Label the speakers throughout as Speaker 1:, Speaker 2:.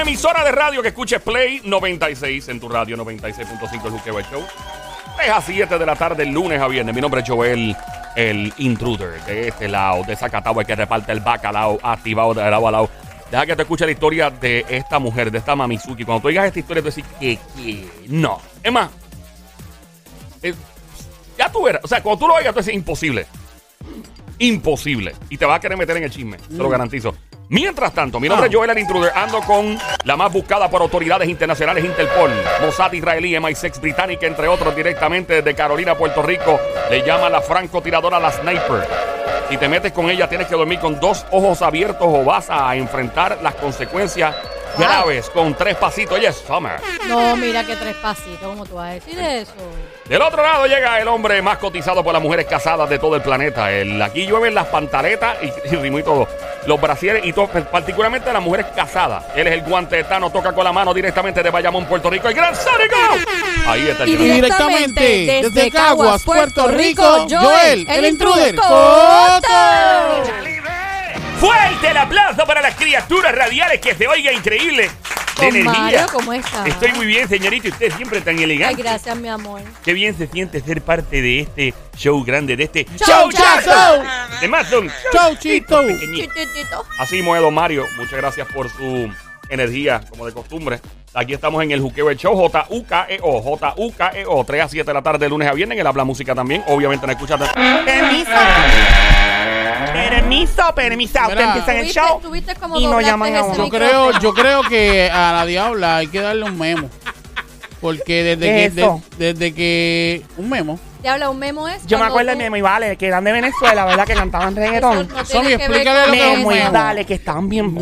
Speaker 1: emisora de radio que escuches Play 96 en tu radio 96.5 el Juqueo Show. 3 a 7 de la tarde, lunes a viernes. Mi nombre es Joel, el intruder de este lado, de Zacatau, el que reparte el bacalao activado de lado a lado. Deja que te escuche la historia de esta mujer, de esta Mamizuki. Cuando tú digas esta historia, tú decís que, que no. Es más, eh, ya tú verás. O sea, cuando tú lo oigas, tú decís imposible. Imposible. Y te vas a querer meter en el chisme, te lo garantizo. Mientras tanto, mi nombre es Joel el Intruder. Ando con la más buscada por autoridades internacionales, Interpol, Mossad israelí, MI6 británica, entre otros, directamente desde Carolina, Puerto Rico. Le llama la francotiradora la sniper. Si te metes con ella, tienes que dormir con dos ojos abiertos o vas a enfrentar las consecuencias graves con tres pasitos. Ella es Summer.
Speaker 2: No, mira que tres pasitos, ¿cómo tú vas a decir eso?
Speaker 1: Del otro lado llega el hombre más cotizado por las mujeres casadas de todo el planeta. El, aquí llueven las pantaletas y, y rimó y todo. Los brasieres y todo, particularmente las mujeres casadas. Él es el guante de Thanos, toca con la mano directamente de Bayamón, Puerto Rico. ¡El gran Sónico! Ahí está el
Speaker 2: Y
Speaker 1: gran.
Speaker 2: Directamente
Speaker 3: directamente
Speaker 2: desde
Speaker 3: desde, Caguas, Puerto Rico, Joel, el intruder,
Speaker 2: Coto.
Speaker 3: Coto.
Speaker 1: ¡Fuerte el aplauso para las criaturas radiales que se oiga increíble!
Speaker 2: Con
Speaker 1: De energía.
Speaker 2: Mario, ¿cómo está?
Speaker 1: Estoy muy bien, señorita. y Usted siempre tan
Speaker 2: Ay,
Speaker 1: elegante.
Speaker 2: gracias, mi amor.
Speaker 1: Qué bien se siente ser parte de este show grande, de este
Speaker 2: Show
Speaker 3: chazo.
Speaker 1: Además, son
Speaker 3: Chau, Chito.
Speaker 1: pequeñitos.
Speaker 2: Chititito.
Speaker 1: Así mismo es, don Mario. Muchas gracias por su energía, como de costumbre. Aquí estamos en el Juqueo del Show, J-U-K-E-O, J-U-K-E-O, 3 E a 7 de la tarde, lunes a viernes, en el Habla Música también. Obviamente no escuchas...
Speaker 4: Permiso. Permiso, permiso. Usted
Speaker 3: Mira.
Speaker 4: empieza en el
Speaker 2: Tuviste,
Speaker 4: show.
Speaker 2: tuviste como
Speaker 4: y no
Speaker 2: doblaste
Speaker 4: llaman a
Speaker 2: ese
Speaker 4: uno.
Speaker 3: Yo creo, yo creo que a la diabla hay que darle un memo. Porque desde
Speaker 4: ¿Qué
Speaker 3: que,
Speaker 4: es eso?
Speaker 3: de- desde que un memo.
Speaker 2: Te habla un memo es
Speaker 4: Yo me
Speaker 2: cuando
Speaker 4: acuerdo de
Speaker 2: tú-
Speaker 4: mi amigo y Vale, que eran de Venezuela, ¿verdad? Que cantaban
Speaker 2: Eso
Speaker 4: reggaetón.
Speaker 2: no tiene
Speaker 3: Sony,
Speaker 2: que ver
Speaker 3: explícale
Speaker 2: con
Speaker 3: lo que es un
Speaker 2: ese
Speaker 4: Memo, y
Speaker 3: memo.
Speaker 4: dale, que están bien.
Speaker 3: No,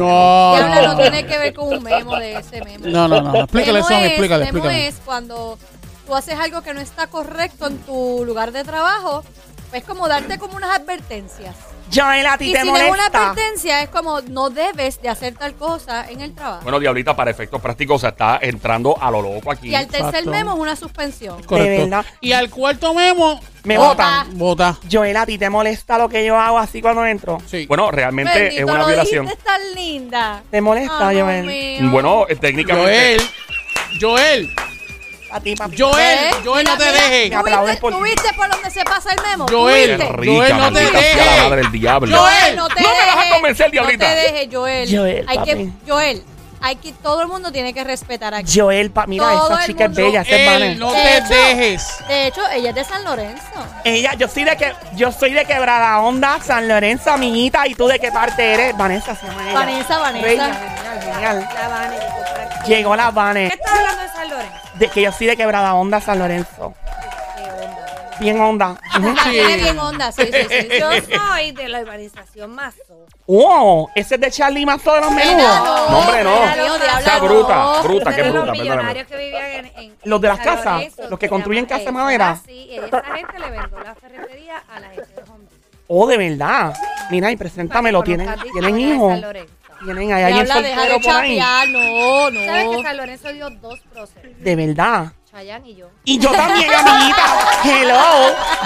Speaker 2: Te habla,
Speaker 3: no,
Speaker 2: no tiene que ver con un memo de ese memo.
Speaker 3: no, no, no, no. Explícale,
Speaker 2: Memo
Speaker 3: Sony,
Speaker 2: es-
Speaker 3: explícale,
Speaker 2: memo
Speaker 3: explícale.
Speaker 2: es cuando tú haces algo que no está correcto en tu lugar de trabajo, es como darte como unas advertencias.
Speaker 4: Joel, a ti
Speaker 2: Y
Speaker 4: te
Speaker 2: si no es una
Speaker 4: molesta.
Speaker 2: advertencia, es como no debes de hacer tal cosa en el trabajo.
Speaker 1: Bueno, Diablita, para efectos prácticos, o sea, está entrando a lo loco aquí.
Speaker 2: y al tercer
Speaker 3: exacto.
Speaker 2: memo es una suspensión.
Speaker 3: Correcto.
Speaker 4: verdad.
Speaker 3: Y al cuarto memo, oh,
Speaker 4: Me
Speaker 2: Bota.
Speaker 4: botan.
Speaker 3: vota.
Speaker 4: Joel, a ti te molesta lo que yo hago así cuando entro.
Speaker 3: Sí.
Speaker 1: Bueno, realmente
Speaker 2: Bendito,
Speaker 1: es una
Speaker 2: lo
Speaker 1: violación.
Speaker 2: dijiste tan linda.
Speaker 4: ¿Te molesta,
Speaker 2: Dios
Speaker 4: Joel?
Speaker 2: mío.
Speaker 1: Bueno, eh, técnicamente...
Speaker 3: Joel, Joel,
Speaker 4: A ti, papi.
Speaker 3: Joel,
Speaker 2: ¿Eh?
Speaker 3: Joel, no te
Speaker 2: Mira, mira,
Speaker 3: dejes.
Speaker 4: Me aplaudes
Speaker 2: ¿tuviste-
Speaker 4: por ti.
Speaker 2: ¿Tuviste por donde se pasa el memo?
Speaker 3: Joel.
Speaker 1: Qué
Speaker 2: ¿Tuviste?
Speaker 1: rica,
Speaker 3: Joel, no te
Speaker 1: maldita sea
Speaker 3: dejes.
Speaker 1: la madre del diablo.
Speaker 3: Joel,
Speaker 2: no te
Speaker 1: no me vas a
Speaker 2: dejes,
Speaker 1: convencer, diablita.
Speaker 2: No te dejes, Joel.
Speaker 4: Joel,
Speaker 2: hay que,
Speaker 4: papi.
Speaker 2: Joel, hay que todo el mundo tiene que respetar aquí.
Speaker 4: Joel, pa, mira,
Speaker 2: Todo
Speaker 4: esa
Speaker 2: el
Speaker 4: chica es
Speaker 2: mundo-
Speaker 4: bella, esa es Vane.
Speaker 3: Él, no
Speaker 2: De
Speaker 3: te
Speaker 2: hecho,
Speaker 3: dejes.
Speaker 2: De hecho, ella es de San Lorenzo.
Speaker 4: Ella, yo soy de que, yo soy de quebrada onda, San Lorenzo, amiguita, y tú de qué parte eres, Vanessa se llama ella.
Speaker 2: Vanessa, Vanessa.
Speaker 4: Bella, genial, genial.
Speaker 5: La van y comprar.
Speaker 4: Llegó la
Speaker 5: ¿Qué
Speaker 4: Vane,
Speaker 5: estás hablando de San Lorenzo?
Speaker 4: de que yo soy de quebrada onda, San Lorenzo. Bien onda. Ujú.
Speaker 2: La
Speaker 3: Sí.
Speaker 2: tiene bien onda, sí, sí, sí.
Speaker 5: Yo soy de la urbanización Mazo.
Speaker 4: Wow, ese es de Charlie Mazo de los menudos.
Speaker 1: No, hombre, no.
Speaker 2: Mira, Dios, diabla,
Speaker 1: Esa
Speaker 2: no.
Speaker 1: bruta, bruta, qué
Speaker 5: de
Speaker 1: bruta, perdóname.
Speaker 5: los millonarios que vivían en, en-
Speaker 4: Los de las
Speaker 5: San
Speaker 4: casas,
Speaker 5: Lorenzo,
Speaker 4: los que
Speaker 5: se
Speaker 4: construyen
Speaker 5: llaman
Speaker 4: casas
Speaker 5: eso.
Speaker 4: de madera.
Speaker 5: Ah, Sí, esa gente le vendó la ferretería a la gente de Home Depot.
Speaker 4: Oh, de verdad. Mira, y preséntamelo,
Speaker 5: Para que
Speaker 4: tienen,
Speaker 5: conozcas
Speaker 4: tienen
Speaker 5: historia de
Speaker 4: hijos.
Speaker 5: San Lorenzo.
Speaker 4: Tienen ahí alguien
Speaker 2: Diabla, deja
Speaker 4: soltero
Speaker 2: de
Speaker 4: por ahí.
Speaker 2: chapear, no, no.
Speaker 5: ¿Sabes que San Lorenzo dio dos próceres?
Speaker 4: De verdad.
Speaker 5: Chayanne y yo.
Speaker 4: Y yo también, amiguita. Hello.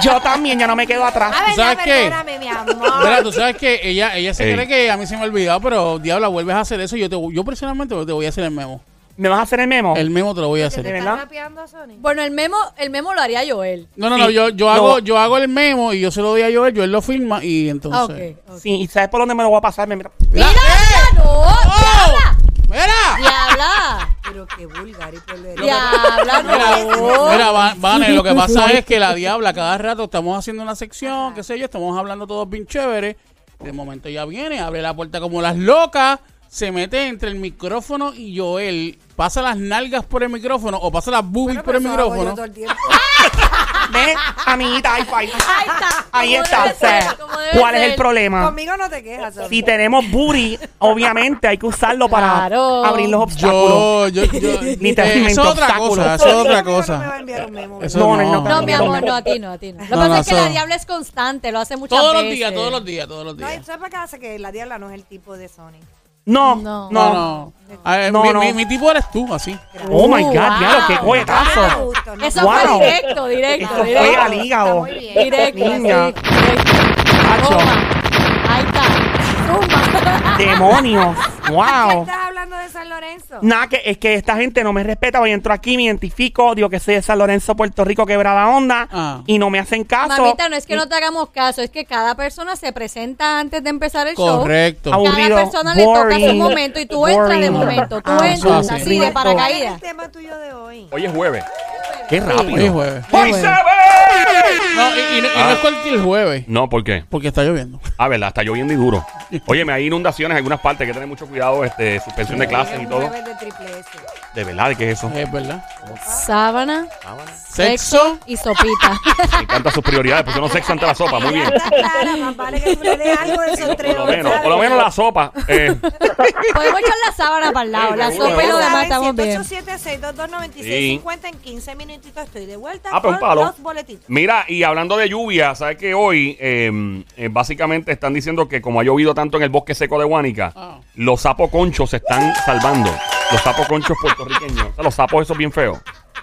Speaker 4: Yo también, ya no me quedo atrás.
Speaker 5: Ah, verdad,
Speaker 3: ¿Sabes qué?
Speaker 5: perdóname, mi amor.
Speaker 3: Mira, tú sabes que ella, ella se
Speaker 1: Ey.
Speaker 3: cree que a mí se me ha olvidado, pero diabla, vuelves a hacer eso. Yo, te, yo personalmente te voy a hacer el memo.
Speaker 4: ¿Me vas a hacer el memo?
Speaker 3: El memo te lo voy a
Speaker 5: ¿Te
Speaker 3: hacer.
Speaker 4: ¿De
Speaker 5: estás
Speaker 4: verdad?
Speaker 5: rapeando, Sony?
Speaker 2: Bueno, el memo, el memo lo haría Joel.
Speaker 3: No, no, no,
Speaker 4: Sí.
Speaker 3: yo, yo,
Speaker 4: No.
Speaker 3: Hago, yo hago el memo y yo se lo doy a Joel, Joel lo firma y entonces...
Speaker 2: Ah, ok. ok.
Speaker 4: Sí, ¿y sabes por dónde me lo voy a pasar? Me mira.
Speaker 2: Mira,
Speaker 3: ¡Eh!
Speaker 2: ya no,
Speaker 3: ¡Oh!
Speaker 2: diabla,
Speaker 3: ¡Mira!
Speaker 2: diabla,
Speaker 5: Pero qué vulgar y polverón.
Speaker 2: diabla, no.
Speaker 3: Mira, Va- Vane, lo que pasa es que la diabla cada rato estamos haciendo una sección, qué sé yo, estamos hablando todos bien chéveres. De momento ya viene, abre la puerta como las locas, se mete entre el micrófono y Joel, pasa las nalgas por el micrófono o pasa las boobies por el micrófono.
Speaker 4: Ve, amiguita, high five.
Speaker 2: Ahí está.
Speaker 4: Ahí
Speaker 2: como
Speaker 4: está.
Speaker 2: debe
Speaker 4: O sea,
Speaker 2: ser, como debe
Speaker 4: ¿cuál es el
Speaker 2: ser.
Speaker 4: problema?
Speaker 5: Conmigo no te quejas, Sony.
Speaker 4: Si tenemos booty, obviamente hay que usarlo para
Speaker 2: Claro.
Speaker 4: abrir los obstáculos.
Speaker 3: Yo, yo, yo.
Speaker 4: Ni te
Speaker 3: eh, eso
Speaker 4: alimento
Speaker 3: es otra
Speaker 4: obstáculos.
Speaker 3: cosa, eso es otra
Speaker 5: No me va a
Speaker 3: cosa.
Speaker 5: enviar un memo.
Speaker 3: Eso
Speaker 4: No,
Speaker 3: no,
Speaker 4: no,
Speaker 2: No, mi amor, no a ti, no a ti. No. Lo que
Speaker 3: No,
Speaker 2: pasa
Speaker 3: no,
Speaker 2: es que la
Speaker 3: eso-
Speaker 2: diabla es constante, lo hace muchas
Speaker 3: Todos los
Speaker 2: veces.
Speaker 3: días, todos los días, todos los
Speaker 5: No,
Speaker 3: días.
Speaker 5: ¿sabes por qué pasa? Que la Diabla no es el tipo de Sony.
Speaker 4: No,
Speaker 2: No.
Speaker 4: no.
Speaker 3: No, no. A ver,
Speaker 4: No,
Speaker 3: mi,
Speaker 4: no.
Speaker 3: mi- mi tipo eres tú, así.
Speaker 4: Oh my
Speaker 2: Uh,
Speaker 4: God,
Speaker 2: wow.
Speaker 4: diablo, qué
Speaker 1: oh,
Speaker 5: No,
Speaker 4: cohetazo.
Speaker 5: gusto, Ah, no.
Speaker 2: Eso
Speaker 4: Wow.
Speaker 2: fue directo, directo,
Speaker 4: Esto
Speaker 2: directo.
Speaker 4: fue al hígado.
Speaker 5: Está muy bien.
Speaker 2: Directo,
Speaker 4: Niña.
Speaker 2: sí, directo.
Speaker 4: Cacho.
Speaker 2: Toma. Ahí está. Zumba.
Speaker 4: Demonios.
Speaker 5: ¿Qué
Speaker 4: ¡Wow!
Speaker 5: estás hablando de San Lorenzo?
Speaker 4: Nada, que es que esta gente no me respeta. Hoy entro aquí, me identifico, digo que soy de San Lorenzo, Puerto Rico, quebrada onda,
Speaker 3: Ah.
Speaker 4: y no me hacen caso.
Speaker 2: Mamita, no es que no te hagamos caso, es que cada persona se presenta antes de empezar el show.
Speaker 3: Correcto.
Speaker 4: Abu- Aburrido,
Speaker 2: Cada persona le toca su
Speaker 4: boring,
Speaker 2: momento y tú entras de
Speaker 4: boring.
Speaker 2: momento. Tú
Speaker 3: Ah, eso
Speaker 2: entras
Speaker 3: hace.
Speaker 2: así de
Speaker 5: ¿Cuál es el
Speaker 2: paracaídas.
Speaker 5: tema tuyo de hoy?
Speaker 1: Hoy es jueves. Qué
Speaker 3: Hoy es
Speaker 1: rápido.
Speaker 3: jueves.
Speaker 1: ¡Hoy se ve!
Speaker 3: No, y, y no, y no
Speaker 1: Ah.
Speaker 3: es cualquier jueves,
Speaker 1: No, ¿por qué?
Speaker 3: porque está lloviendo.
Speaker 1: Ah, verdad, está lloviendo y duro. Oye, me hay inundaciones en algunas partes, hay que tener mucho cuidado, este, suspensión de clases y
Speaker 5: Un
Speaker 1: todo.
Speaker 5: jueves de triple S.
Speaker 1: De verdad, ¿qué es eso?
Speaker 3: Es verdad.
Speaker 2: Sábana,
Speaker 3: Sexo.
Speaker 2: y sopita.
Speaker 1: Me encantan sus prioridades, pues no sexo ante la sopa, muy
Speaker 5: Ya
Speaker 1: bien.
Speaker 5: está clara, más vale que tú le des algo de
Speaker 1: Por
Speaker 5: sorteo.
Speaker 1: lo menos, por lo menos la sopa. eh,
Speaker 2: Podemos echar la sábana para el lado, la
Speaker 1: Sí,
Speaker 2: sopa y lo
Speaker 1: seguro.
Speaker 2: demás estamos bien.
Speaker 5: 187-622-9650 en 15 minutitos estoy de vuelta
Speaker 1: Ah, pues un
Speaker 5: con
Speaker 1: palo.
Speaker 5: los boletitos.
Speaker 1: Mira, y hablando de lluvia, ¿sabes que hoy eh, eh, básicamente están diciendo que como ha llovido tanto en el bosque seco de Huánica,
Speaker 3: Ah.
Speaker 1: los sapos conchos se están salvando. Los sapos conchos puertorriqueños. O sea, los sapos esos bien feos.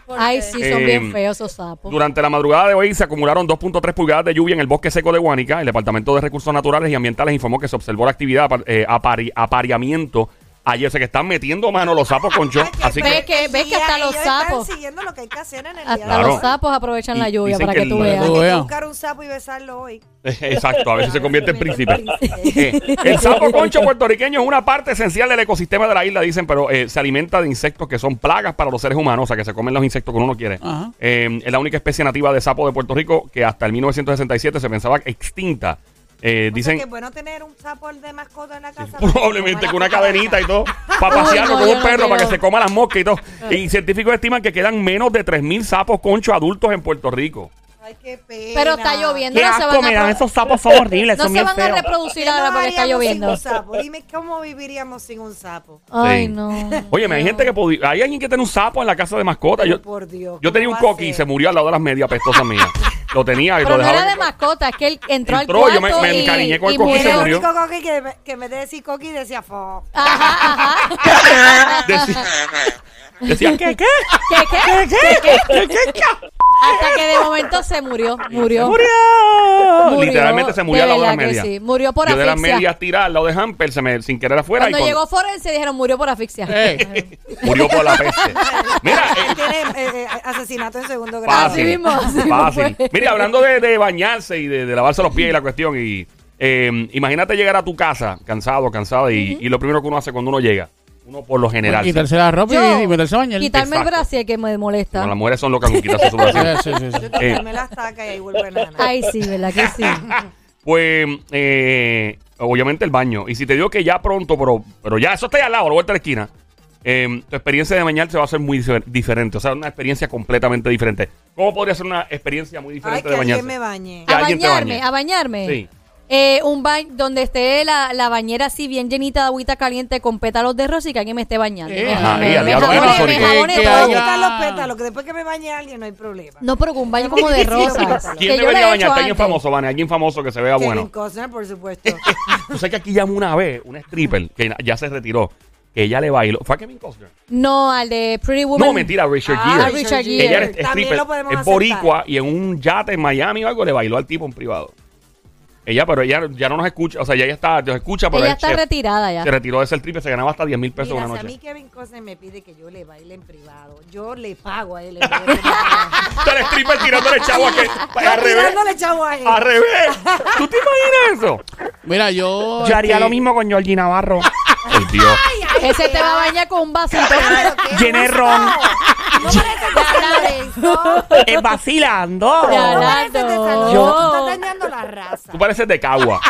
Speaker 2: Ay, sí, son
Speaker 1: Eh,
Speaker 2: bien feos esos sapos.
Speaker 1: Durante la madrugada de hoy se acumularon 2.3 pulgadas de lluvia en el bosque seco de Guánica. El Departamento de Recursos Naturales y Ambientales informó que se observó la actividad apar- eh, apari- apareamiento ayer. O sea, que están metiendo mano los sapos conchos.
Speaker 5: Ay, qué
Speaker 1: Así
Speaker 2: Ve
Speaker 1: que
Speaker 2: que- ve que
Speaker 5: energía,
Speaker 2: hasta los
Speaker 5: ellos están
Speaker 2: sapos.
Speaker 5: siguiendo lo que hay que hacer en el día
Speaker 2: Hasta
Speaker 5: de hoy.
Speaker 2: los sapos aprovechan
Speaker 1: Y
Speaker 2: la lluvia
Speaker 1: dicen
Speaker 2: para
Speaker 1: que
Speaker 2: que, tú
Speaker 1: el-
Speaker 2: veas.
Speaker 3: Tú
Speaker 5: Hay que
Speaker 3: veas.
Speaker 5: buscar un sapo y besarlo hoy.
Speaker 1: Exacto, a veces se convierte en príncipe. Eh, el sapo concho puertorriqueño es una parte esencial del ecosistema de la isla, dicen, pero eh, se alimenta de insectos que son plagas para los seres humanos, o sea, que se comen los insectos que uno no quiere.
Speaker 3: Ajá.
Speaker 1: Eh, es la única especie nativa de sapo de Puerto Rico que hasta el 1967 se pensaba extinta. Eh,
Speaker 5: O sea,
Speaker 1: dicen
Speaker 5: que es bueno tener un sapo de mascota en la casa.
Speaker 1: probablemente con una cadenita y todo, para
Speaker 2: Uy,
Speaker 1: pasearlo
Speaker 2: Oh, no,
Speaker 1: con
Speaker 2: yo
Speaker 1: un
Speaker 2: no Eh.
Speaker 1: perro para
Speaker 2: quiero.
Speaker 1: que se coma las moscas y todo. Y científicos estiman que quedan menos de 3.000 sapos concho adultos en Puerto Rico.
Speaker 5: Ay, qué pena.
Speaker 2: Pero está lloviendo,
Speaker 4: Qué
Speaker 2: no se
Speaker 4: asco,
Speaker 2: van
Speaker 4: me dan
Speaker 2: a, pro-
Speaker 4: esos sapos son horribles,
Speaker 2: no
Speaker 4: son
Speaker 2: se
Speaker 4: bien
Speaker 2: van a
Speaker 4: feos.
Speaker 5: ¿Qué
Speaker 2: reproducir
Speaker 5: nos
Speaker 2: ahora porque está
Speaker 5: haríamos sin
Speaker 2: lloviendo.
Speaker 5: un sapo? Dime, ¿cómo viviríamos sin un sapo?
Speaker 2: Ay,
Speaker 1: Sí.
Speaker 2: no.
Speaker 1: Oye, hay gente que pudi- hay alguien que tiene un sapo en la casa de mascota.
Speaker 5: Pero
Speaker 1: Yo,
Speaker 5: por Dios.
Speaker 1: yo tenía un
Speaker 5: ¿cómo va a
Speaker 1: coqui y se
Speaker 5: ser?
Speaker 1: murió al lado de las medias pestosas mías. Lo tenía y
Speaker 2: Pero
Speaker 1: lo
Speaker 2: no era de
Speaker 1: dejaba.
Speaker 2: mascota, es que él entró al
Speaker 1: Entró,
Speaker 2: cuarto
Speaker 1: yo me- me
Speaker 2: y-
Speaker 1: encariñé con el
Speaker 2: y
Speaker 1: coquí, se
Speaker 5: Era el
Speaker 2: murió.
Speaker 1: murió.
Speaker 5: único coqui que, me- que me decía coqui decía fo.
Speaker 2: Ajá, ajá.
Speaker 1: Decía, decía, ¿qué? ¿Qué?
Speaker 2: ¿Qué, qué? Hasta que de momento se murió, murió. Murió,
Speaker 1: Literalmente se murió
Speaker 2: de
Speaker 1: al lado de las
Speaker 2: verdad que
Speaker 1: medias.
Speaker 2: sí, murió por
Speaker 1: Yo de las
Speaker 2: asfixia.
Speaker 1: medias tirada al lado de Hamper, se me, sin querer afuera.
Speaker 2: Cuando
Speaker 1: y
Speaker 2: llegó Forense dijeron murió por asfixia.
Speaker 3: Ey,
Speaker 1: Murió por la peste. Mira, eh,
Speaker 5: Tiene eh, eh, asesinato en segundo grado.
Speaker 1: Fácil.
Speaker 2: Así mismo, así mismo
Speaker 1: fácil.
Speaker 2: fue.
Speaker 1: Mira, hablando de, de bañarse y de, de lavarse los pies y la cuestión, y eh, imagínate llegar a tu casa cansado, cansada, y, y lo primero que uno hace cuando uno llega, uno por lo general.
Speaker 3: quitarse la ropa
Speaker 2: Yo,
Speaker 3: y, y meterse a bañar.
Speaker 2: quitarme el
Speaker 1: Exacto.
Speaker 2: brasier que me
Speaker 1: Como
Speaker 2: molesta.
Speaker 1: las mujeres son locas con quitarse su Eh,
Speaker 3: Sí,
Speaker 1: brasier.
Speaker 3: sí, sí, sí.
Speaker 5: Yo tomarme las tacas y ahí vuelve nana.
Speaker 2: Ay, sí, ¿verdad que sí?
Speaker 1: Pues, eh, obviamente el baño. Y si te digo que ya pronto, pero, pero ya, eso está ahí al lado, a la vuelta de la esquina. eh, tu experiencia de bañarse va a ser muy difer- diferente. O sea, una experiencia completamente diferente. ¿Cómo podría ser una experiencia muy
Speaker 5: Ay,
Speaker 1: diferente
Speaker 5: que
Speaker 1: este de bañarse?
Speaker 5: alguien me bañe.
Speaker 1: Que
Speaker 2: a
Speaker 1: alguien te
Speaker 2: bañarme,
Speaker 1: bañe.
Speaker 2: a bañarme.
Speaker 1: Sí.
Speaker 2: Eh, un baño donde esté la, la bañera así bien llenita de agüita caliente con pétalos de rosa y que alguien me esté bañando.
Speaker 3: Eh,
Speaker 2: Me
Speaker 3: ajá,
Speaker 2: jabone,
Speaker 1: eh, a
Speaker 2: me
Speaker 1: diablo,
Speaker 2: jabone,
Speaker 1: bueno,
Speaker 2: me
Speaker 1: sorry.
Speaker 2: jabone
Speaker 3: Que- que
Speaker 2: todo.
Speaker 5: Me
Speaker 3: haya-
Speaker 5: gustan los pétalos, que después que me bañe alguien no hay problema.
Speaker 2: No, pero con un baño como de
Speaker 5: Sí, sí, sí,
Speaker 2: rosas.
Speaker 5: sí.
Speaker 1: ¿Quién
Speaker 2: que yo
Speaker 1: debería
Speaker 2: le he hecho
Speaker 1: bañarte? ¿Alguien
Speaker 2: antes.
Speaker 1: famoso, Vane? ¿Alguien famoso que se vea
Speaker 5: Kevin
Speaker 1: Ah, bueno?
Speaker 5: Costner, por supuesto.
Speaker 1: Tú sabes que aquí llamó una vez una stripper que ya se retiró. Que ella le bailó. ¿Fue a Kevin Costner?
Speaker 2: No, al de Pretty Woman.
Speaker 1: No, mentira, Richard
Speaker 5: Ah,
Speaker 1: Gere.
Speaker 2: Richard
Speaker 1: Que Ella era
Speaker 5: Gere. También
Speaker 1: stripper,
Speaker 5: lo podemos
Speaker 1: es
Speaker 5: aceptar.
Speaker 1: boricua y en un yate en Miami o algo le bailó al tipo en privado. Ella, pero ella ya no nos escucha. O sea, ella ya está, nos escucha, pero
Speaker 2: Ella
Speaker 1: es
Speaker 2: está
Speaker 1: chef.
Speaker 2: retirada
Speaker 1: Se
Speaker 2: ya.
Speaker 1: retiró de ser stripper, se ganaba hasta 10 mil pesos
Speaker 5: Mira,
Speaker 1: una
Speaker 5: si a mí
Speaker 1: noche.
Speaker 5: Kevin Costner me pide que yo le baile en privado, yo le pago a él. en vez de que me pague.
Speaker 1: Está el stripper tirándole chavo a que. Al
Speaker 5: Yo
Speaker 1: revés.
Speaker 5: tirándole chavo a él.
Speaker 1: Al revés. ¿Tú te imaginas eso?
Speaker 3: Mira, yo.
Speaker 4: Yo haría
Speaker 3: este,
Speaker 4: lo mismo con Georgie Navarro.
Speaker 1: Por Dios.
Speaker 2: Ese te va a bañar con un vasito.
Speaker 5: Claro, qué
Speaker 4: Llené
Speaker 5: gusto.
Speaker 4: ron.
Speaker 5: No pareces de San Lorenzo.
Speaker 4: Es vacilando.
Speaker 2: Ya,
Speaker 5: No
Speaker 2: ya.
Speaker 5: pareces de San
Speaker 2: Yo-
Speaker 5: Lorenzo. Tú estás dañando la raza.
Speaker 1: Tú pareces de Cagua.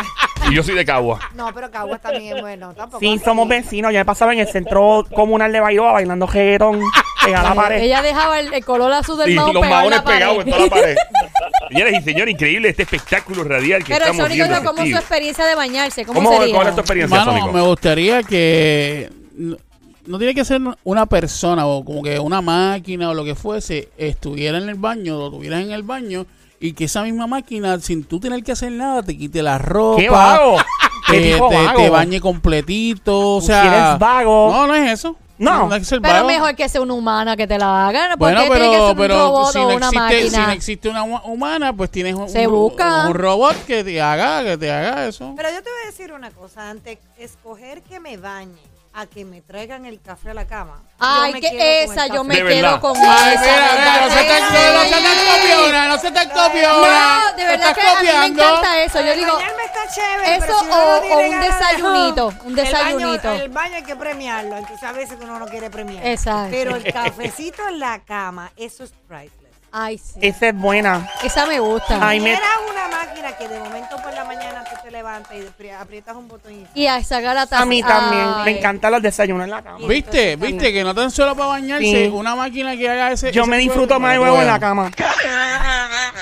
Speaker 1: Y yo soy de Cagua.
Speaker 5: No, pero Caguas también es bueno. Tampoco
Speaker 4: Sí,
Speaker 5: así.
Speaker 4: somos vecinos. Ya me pasaba en el centro comunal de Bailoa bailando reggaetón. Pegada a la pared.
Speaker 2: Ella dejaba el, el color azul del
Speaker 1: Y
Speaker 2: maón
Speaker 1: los
Speaker 2: pegado en
Speaker 1: maones
Speaker 2: la pared.
Speaker 1: pegados en toda la pared. Señoras y señores, increíble este espectáculo radial que
Speaker 2: Pero el
Speaker 1: estamos
Speaker 2: Sónico
Speaker 1: viendo.
Speaker 2: no, ¿cómo es su
Speaker 1: aquí.
Speaker 2: experiencia de bañarse? ¿Cómo,
Speaker 1: ¿Cómo,
Speaker 2: sería?
Speaker 1: ¿Cuál es tu experiencia,
Speaker 3: Mano,
Speaker 1: Sónico?
Speaker 3: me gustaría que no, no tiene que ser una persona o como que una máquina o lo que fuese estuviera en el baño, lo tuvieras en el baño y que esa misma máquina sin tú tener que hacer nada te quite la ropa.
Speaker 4: ¡Qué vago! ¡Qué
Speaker 3: eh,
Speaker 4: tipo
Speaker 3: te,
Speaker 4: vago!
Speaker 3: te bañe completito, o
Speaker 4: Tú
Speaker 3: sea,
Speaker 4: sí eres vago.
Speaker 3: No, no es eso.
Speaker 4: No.
Speaker 3: es ser
Speaker 2: Pero
Speaker 3: vago.
Speaker 2: mejor que sea una humana que te la haga. ¿Por
Speaker 3: Bueno,
Speaker 2: qué tiene que
Speaker 3: pero,
Speaker 2: ser
Speaker 3: pero
Speaker 2: un robot
Speaker 3: si,
Speaker 2: o
Speaker 3: no
Speaker 2: una
Speaker 3: existe, si
Speaker 2: máquina?
Speaker 3: no existe una hu- humana, pues tienes un,
Speaker 2: Se
Speaker 3: un-
Speaker 2: busca.
Speaker 3: un robot que te haga, que te haga eso.
Speaker 5: Pero yo te voy a decir una cosa. Ante escoger que me bañe a que me traigan el café a la cama.
Speaker 2: Ay,
Speaker 5: me
Speaker 2: que
Speaker 5: quedo con el
Speaker 2: esa, yo
Speaker 5: café.
Speaker 2: me
Speaker 1: De verdad.
Speaker 2: quedo con
Speaker 3: Ay,
Speaker 2: esa.
Speaker 3: mira, mira, no se te
Speaker 2: Ay,
Speaker 3: no se te copiona, no se te copiona.
Speaker 2: No, de verdad
Speaker 3: estás
Speaker 2: que a mí me
Speaker 3: copiando.
Speaker 2: encanta eso. Yo
Speaker 5: El
Speaker 2: digo,
Speaker 5: bañarme está chévere,
Speaker 2: eso
Speaker 5: pero si uno
Speaker 2: o,
Speaker 5: no tiene
Speaker 2: o un
Speaker 5: ganas de-
Speaker 2: desayunito, un
Speaker 5: El
Speaker 2: desayunito.
Speaker 5: baño, el baño hay que premiarlo, entonces a veces uno no quiere premiar.
Speaker 2: Exacto.
Speaker 5: Pero el cafecito en la cama, eso es priceless.
Speaker 2: Ay, sí.
Speaker 4: Esa es buena.
Speaker 2: Esa me gusta.
Speaker 4: Ay,
Speaker 5: Y
Speaker 4: me-
Speaker 5: Era una máquina que de momento por la mañana tú te levantas y apri- aprietas un botón y...
Speaker 2: Y a sacar la taza.
Speaker 4: A mí también.
Speaker 2: Ay.
Speaker 4: Me encantan los desayunos en la cama.
Speaker 3: Viste, viste que no tan solo para bañarse,
Speaker 4: Sí.
Speaker 3: una máquina que haga ese.
Speaker 4: Yo
Speaker 3: ese
Speaker 4: me disfruto
Speaker 3: juego.
Speaker 4: más el
Speaker 3: No
Speaker 4: huevo en la
Speaker 3: puedo.
Speaker 4: cama.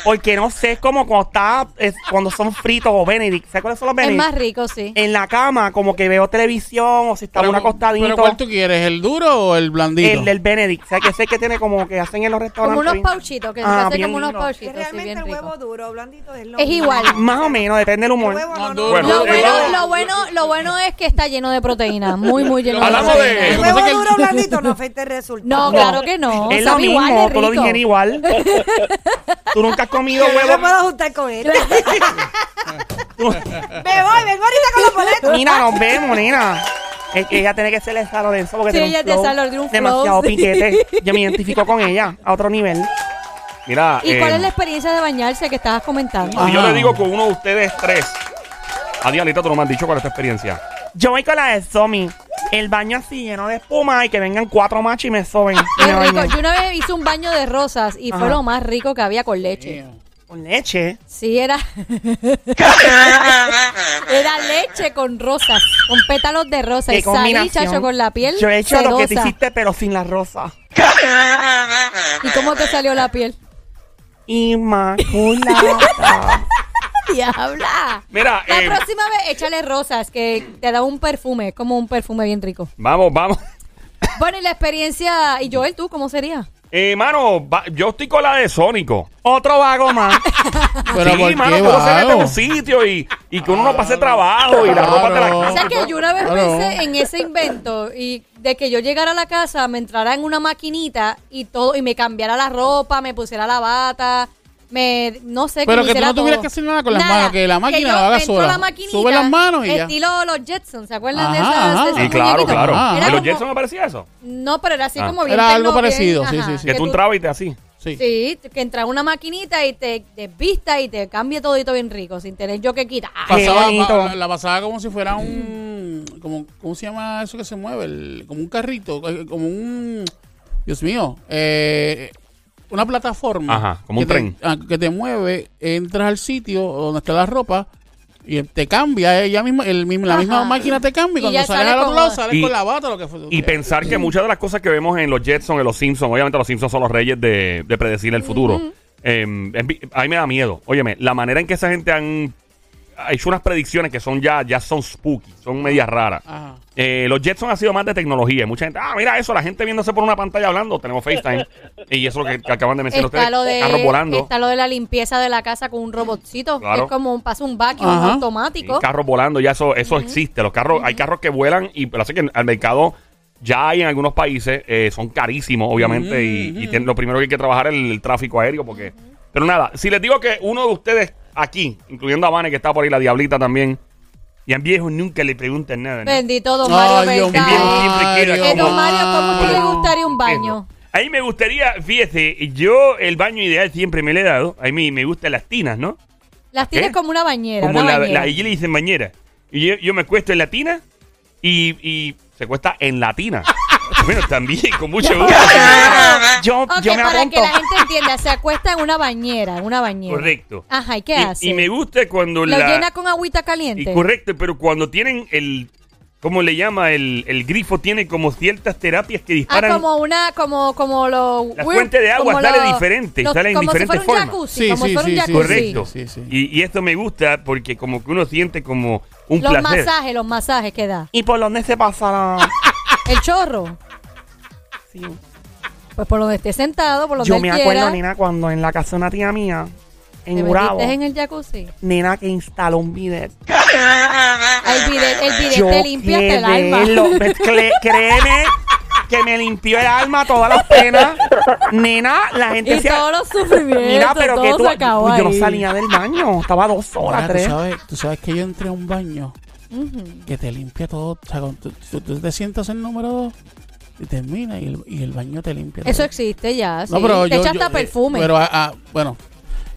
Speaker 4: Porque no sé, es como cuando está, es cuando son fritos o Benedict. ¿Sabes cuáles son los
Speaker 2: Es
Speaker 4: Benedict?
Speaker 2: más rico, sí.
Speaker 4: En la cama, como que veo televisión o si está
Speaker 3: Pero-
Speaker 4: una acostadito.
Speaker 3: ¿Pero cuál tú quieres, el duro o el blandito?
Speaker 4: El del Benedict. O sea, que sé que tiene como que hacen en los restaurantes.
Speaker 2: Como unos
Speaker 4: bien-
Speaker 2: pauchitos, que se
Speaker 4: Ah,
Speaker 2: hacen
Speaker 4: bien
Speaker 2: como unos
Speaker 4: duro.
Speaker 5: Que
Speaker 2: pauchitos, sí,
Speaker 5: realmente
Speaker 2: bien
Speaker 5: el huevo
Speaker 2: rico.
Speaker 5: duro, blandito, es lo
Speaker 2: Es
Speaker 5: mismo.
Speaker 2: igual.
Speaker 4: Más o menos, depende del
Speaker 5: El
Speaker 4: humor.
Speaker 5: huevo
Speaker 3: No,
Speaker 5: no, no,
Speaker 3: duro.
Speaker 5: no.
Speaker 2: Lo
Speaker 1: Bueno,
Speaker 2: bueno,
Speaker 1: eh,
Speaker 2: lo bueno, lo bueno es que está lleno de proteína, muy, muy lleno de
Speaker 1: Hablamos de-
Speaker 5: El
Speaker 2: proteína.
Speaker 3: Lo que
Speaker 5: huevo
Speaker 3: pasa es que-
Speaker 5: duro, blandito, no afecta el
Speaker 2: No,
Speaker 5: resultado.
Speaker 2: claro que no.
Speaker 4: Es lo
Speaker 2: sabe igual de
Speaker 4: mismo, tú lo
Speaker 2: rico.
Speaker 4: dijeras igual. tú nunca has comido
Speaker 5: Yo no
Speaker 4: huevo.
Speaker 5: puedo ajustar con él. Me voy, vengo ahorita con los boletos.
Speaker 4: Nina, nos vemos, Nina. Es que ella tiene que ser de San Lorenzo porque
Speaker 2: Sí,
Speaker 4: tiene un
Speaker 2: ella es de
Speaker 4: flow
Speaker 2: San Lorenzo, tiene un flow,
Speaker 4: demasiado
Speaker 2: sí.
Speaker 4: piquete. Yo me identifico con ella a otro nivel.
Speaker 1: Mira,
Speaker 2: ¿Y
Speaker 1: eh,
Speaker 2: cuál es la experiencia de bañarse que estabas
Speaker 4: Ah,
Speaker 2: comentando?
Speaker 1: si yo
Speaker 3: Ajá.
Speaker 1: le digo con uno de ustedes tres. A Dianita, tú no me has dicho cuál es tu experiencia.
Speaker 4: Yo voy con la de Somi. El baño así lleno de espuma y que vengan cuatro machos y me soben. Y
Speaker 2: Ah, Qué
Speaker 4: me
Speaker 2: rico.
Speaker 4: bañen.
Speaker 2: Yo una vez hice un baño de rosas y fue
Speaker 4: Ajá.
Speaker 2: lo más rico que había con leche.
Speaker 4: Con leche.
Speaker 2: Sí, era. era leche con rosas, con pétalos de rosa.
Speaker 4: Qué
Speaker 2: Y salí,
Speaker 4: combinación.
Speaker 2: chacho, con la piel.
Speaker 4: Yo he hecho lo que te
Speaker 2: sedosa.
Speaker 4: hiciste, pero sin la rosa.
Speaker 2: ¿Y cómo te salió la piel?
Speaker 4: Inmaculada.
Speaker 2: Diabla.
Speaker 1: Mira,
Speaker 2: La
Speaker 1: eh,
Speaker 2: próxima vez échale rosas, que te da un perfume, es como un perfume bien rico.
Speaker 1: vamos, vamos.
Speaker 2: Bueno, y la experiencia, y Joel, ¿tú cómo sería?
Speaker 1: Eh, mano, va- yo estoy con la de Sónico.
Speaker 4: Otro vago más.
Speaker 3: Ah, Pero
Speaker 1: sí,
Speaker 3: ¿por
Speaker 1: mano,
Speaker 3: qué,
Speaker 1: que uno se mete en
Speaker 3: vago?
Speaker 1: un sitio y, y que uno no pase trabajo y la
Speaker 3: Claro.
Speaker 1: ropa te la
Speaker 2: O sea
Speaker 1: quitan.
Speaker 2: que yo una vez
Speaker 3: Claro.
Speaker 2: pensé en ese invento y de que yo llegara a la casa, me entrara en una maquinita y todo, y me cambiara la ropa, me pusiera la bata, me, no sé,
Speaker 3: Pero
Speaker 2: me
Speaker 3: que tú
Speaker 2: hiciera
Speaker 3: no
Speaker 2: todo.
Speaker 3: tuvieras que hacer nada con las manos, que la máquina
Speaker 2: yo
Speaker 3: lo haga
Speaker 2: entro a
Speaker 3: sola.
Speaker 2: la maquinita,
Speaker 3: Sube las manos y ya.
Speaker 2: Estilo los Jetsons, ¿se acuerdan de
Speaker 3: Ajá,
Speaker 2: esas? de
Speaker 3: ajá.
Speaker 2: esos
Speaker 1: Sí, claro,
Speaker 2: muñequitos?
Speaker 1: claro.
Speaker 3: Ajá.
Speaker 1: ¿En
Speaker 2: Era
Speaker 1: los
Speaker 2: como-
Speaker 1: Jetson aparecía eso?
Speaker 2: No, pero era así
Speaker 1: Ah.
Speaker 2: como bien
Speaker 3: Era algo
Speaker 2: tecno, bien-
Speaker 3: parecido, sí, sí, sí.
Speaker 1: Que tú entrabas y te así.
Speaker 3: Sí.
Speaker 2: Sí, que entra una maquinita y te desvista y te cambia todito bien rico, sin tener yo que quitar.
Speaker 3: Pasaba,
Speaker 4: Qué bonito.
Speaker 3: pa- la pasaba como si fuera un. Como, ¿Cómo se llama eso que se mueve? El- como un carrito, eh, como un. Dios mío. eh, una plataforma.
Speaker 1: Ajá, como
Speaker 3: que
Speaker 1: un
Speaker 3: te-
Speaker 1: tren.
Speaker 3: ah, que te mueve, entras al sitio donde está la ropa y te cambia ella misma. El, mismo- la
Speaker 2: Ajá.
Speaker 3: misma máquina te cambia
Speaker 2: Y
Speaker 3: y cuando
Speaker 2: ya
Speaker 3: sales
Speaker 2: sale
Speaker 3: al otro
Speaker 2: con-
Speaker 3: lado sales
Speaker 1: Y-
Speaker 3: con la bata lo que fue.
Speaker 1: Y pensar que muchas de las cosas que vemos en los Jetsons, en los Simpsons, obviamente los Simpsons son los reyes de, de predecir el futuro. Eh, es vi- a mí me da miedo. Óyeme, la manera en que esa gente han ha hecho unas predicciones que son ya, ya son spooky,
Speaker 2: Ah,
Speaker 1: son medias raras.
Speaker 3: Ajá.
Speaker 1: Eh, los Jetson han sido más de tecnología. Mucha gente, ah, mira eso, la gente viéndose por una pantalla hablando. Tenemos FaceTime. y eso que, que acaban de mencionar
Speaker 2: Está
Speaker 1: ustedes.
Speaker 2: lo, de,
Speaker 1: carros volando.
Speaker 2: está lo de la limpieza de la casa con un robotcito,
Speaker 1: Claro.
Speaker 2: que es como un paso un vacuum
Speaker 3: Ajá.
Speaker 1: Sí,
Speaker 2: automático.
Speaker 1: carros volando, ya eso, eso existe. Los carros, hay carros que vuelan y pero sé que al mercado ya hay en algunos países, eh, son carísimos, obviamente, y- y, tienen- lo primero que hay que trabajar es el, tráfico aéreo, porque. Pero nada, si les digo que uno de ustedes aquí, incluyendo a Vane, que está por ahí, la Diablita también, y a viejo nunca le preguntan nada. ¿no?
Speaker 2: Bendito don Mario,
Speaker 3: Ay, Dios
Speaker 2: ¿verdad?
Speaker 1: El viejo siempre quiere
Speaker 3: mío,
Speaker 1: que
Speaker 2: Eh, don Mario, ¿cómo a usted le
Speaker 3: Mario.
Speaker 2: gustaría un baño?
Speaker 1: A mí me gustaría, fíjese, yo el baño ideal siempre me lo he dado. A mí me gustan las tinas, ¿no?
Speaker 2: Las tienes
Speaker 1: ¿Qué?
Speaker 2: como una bañera,
Speaker 1: Como
Speaker 2: una
Speaker 1: la,
Speaker 2: bañera.
Speaker 1: la- allí le dicen bañera. Y yo, yo me cuesto en la tina y, y se cuesta en la tina. bueno, también, con mucho gusto.
Speaker 4: Yo,
Speaker 2: Ok,
Speaker 4: yo me
Speaker 2: para
Speaker 4: apunto.
Speaker 2: que la gente entienda, se acuesta en una bañera, en una bañera.
Speaker 1: correcto.
Speaker 2: Ajá, ¿y Ah, qué
Speaker 1: Y-
Speaker 2: hace?
Speaker 1: Y, me gusta cuando
Speaker 2: Lo
Speaker 1: la...
Speaker 2: llena con agüita
Speaker 1: y
Speaker 2: caliente.
Speaker 1: correcto, pero cuando tienen el... ¿Cómo le llama? El, el grifo tiene como ciertas terapias que
Speaker 2: Ah,
Speaker 1: disparan...
Speaker 2: como una, como, como los...
Speaker 1: La fuente de agua
Speaker 2: como
Speaker 1: sale diferente, sale en
Speaker 2: como
Speaker 1: diferentes
Speaker 2: si fuera
Speaker 1: formas.
Speaker 2: Un jacuzzi,
Speaker 3: Sí,
Speaker 2: como
Speaker 3: sí,
Speaker 2: si fuera
Speaker 3: sí,
Speaker 2: un
Speaker 3: sí,
Speaker 2: jacuzzi.
Speaker 1: correcto.
Speaker 3: sí, sí.
Speaker 1: Y, y esto me gusta porque como que uno siente como un
Speaker 2: Los
Speaker 1: placer.
Speaker 2: masajes, los masajes que da.
Speaker 4: ¿Y por dónde se pasa la.?
Speaker 2: El chorro,
Speaker 4: Sí.
Speaker 2: pues por donde esté sentado, por donde
Speaker 4: Yo
Speaker 2: él
Speaker 4: me
Speaker 2: quiera.
Speaker 4: acuerdo, nena, cuando en la casa de una tía mía,
Speaker 2: te
Speaker 4: en Urabo,
Speaker 2: metiste en el jacuzzi.
Speaker 4: nena que instaló un bidet.
Speaker 2: El bidet, el bidet
Speaker 4: Yo
Speaker 2: te limpia hasta el
Speaker 4: quedé
Speaker 2: alma.
Speaker 4: lo- me- cre- créeme que me limpió el alma todas las penas. Nena, la gente
Speaker 2: y
Speaker 4: decía,
Speaker 2: todos los sufrimientos,
Speaker 4: Mira, pero
Speaker 2: todo
Speaker 4: que tú.
Speaker 2: se acabó
Speaker 4: Uy, yo no
Speaker 2: ahí.
Speaker 4: salía del baño. Estaba dos horas,
Speaker 3: Ahora, Ah, ¿tú,
Speaker 4: tres.
Speaker 3: sabes, tú sabes que yo entré a un baño que te limpia todo. O sea, cuando tú, tú- tú te sientas en número dos y termina y el, y el baño te limpia.
Speaker 2: Eso
Speaker 3: todo.
Speaker 2: existe ya. sí.
Speaker 3: No, pero
Speaker 2: te
Speaker 3: yo-
Speaker 2: echa
Speaker 3: yo-
Speaker 2: hasta
Speaker 3: eh,
Speaker 2: perfume.
Speaker 3: Pero, ah, ah, bueno.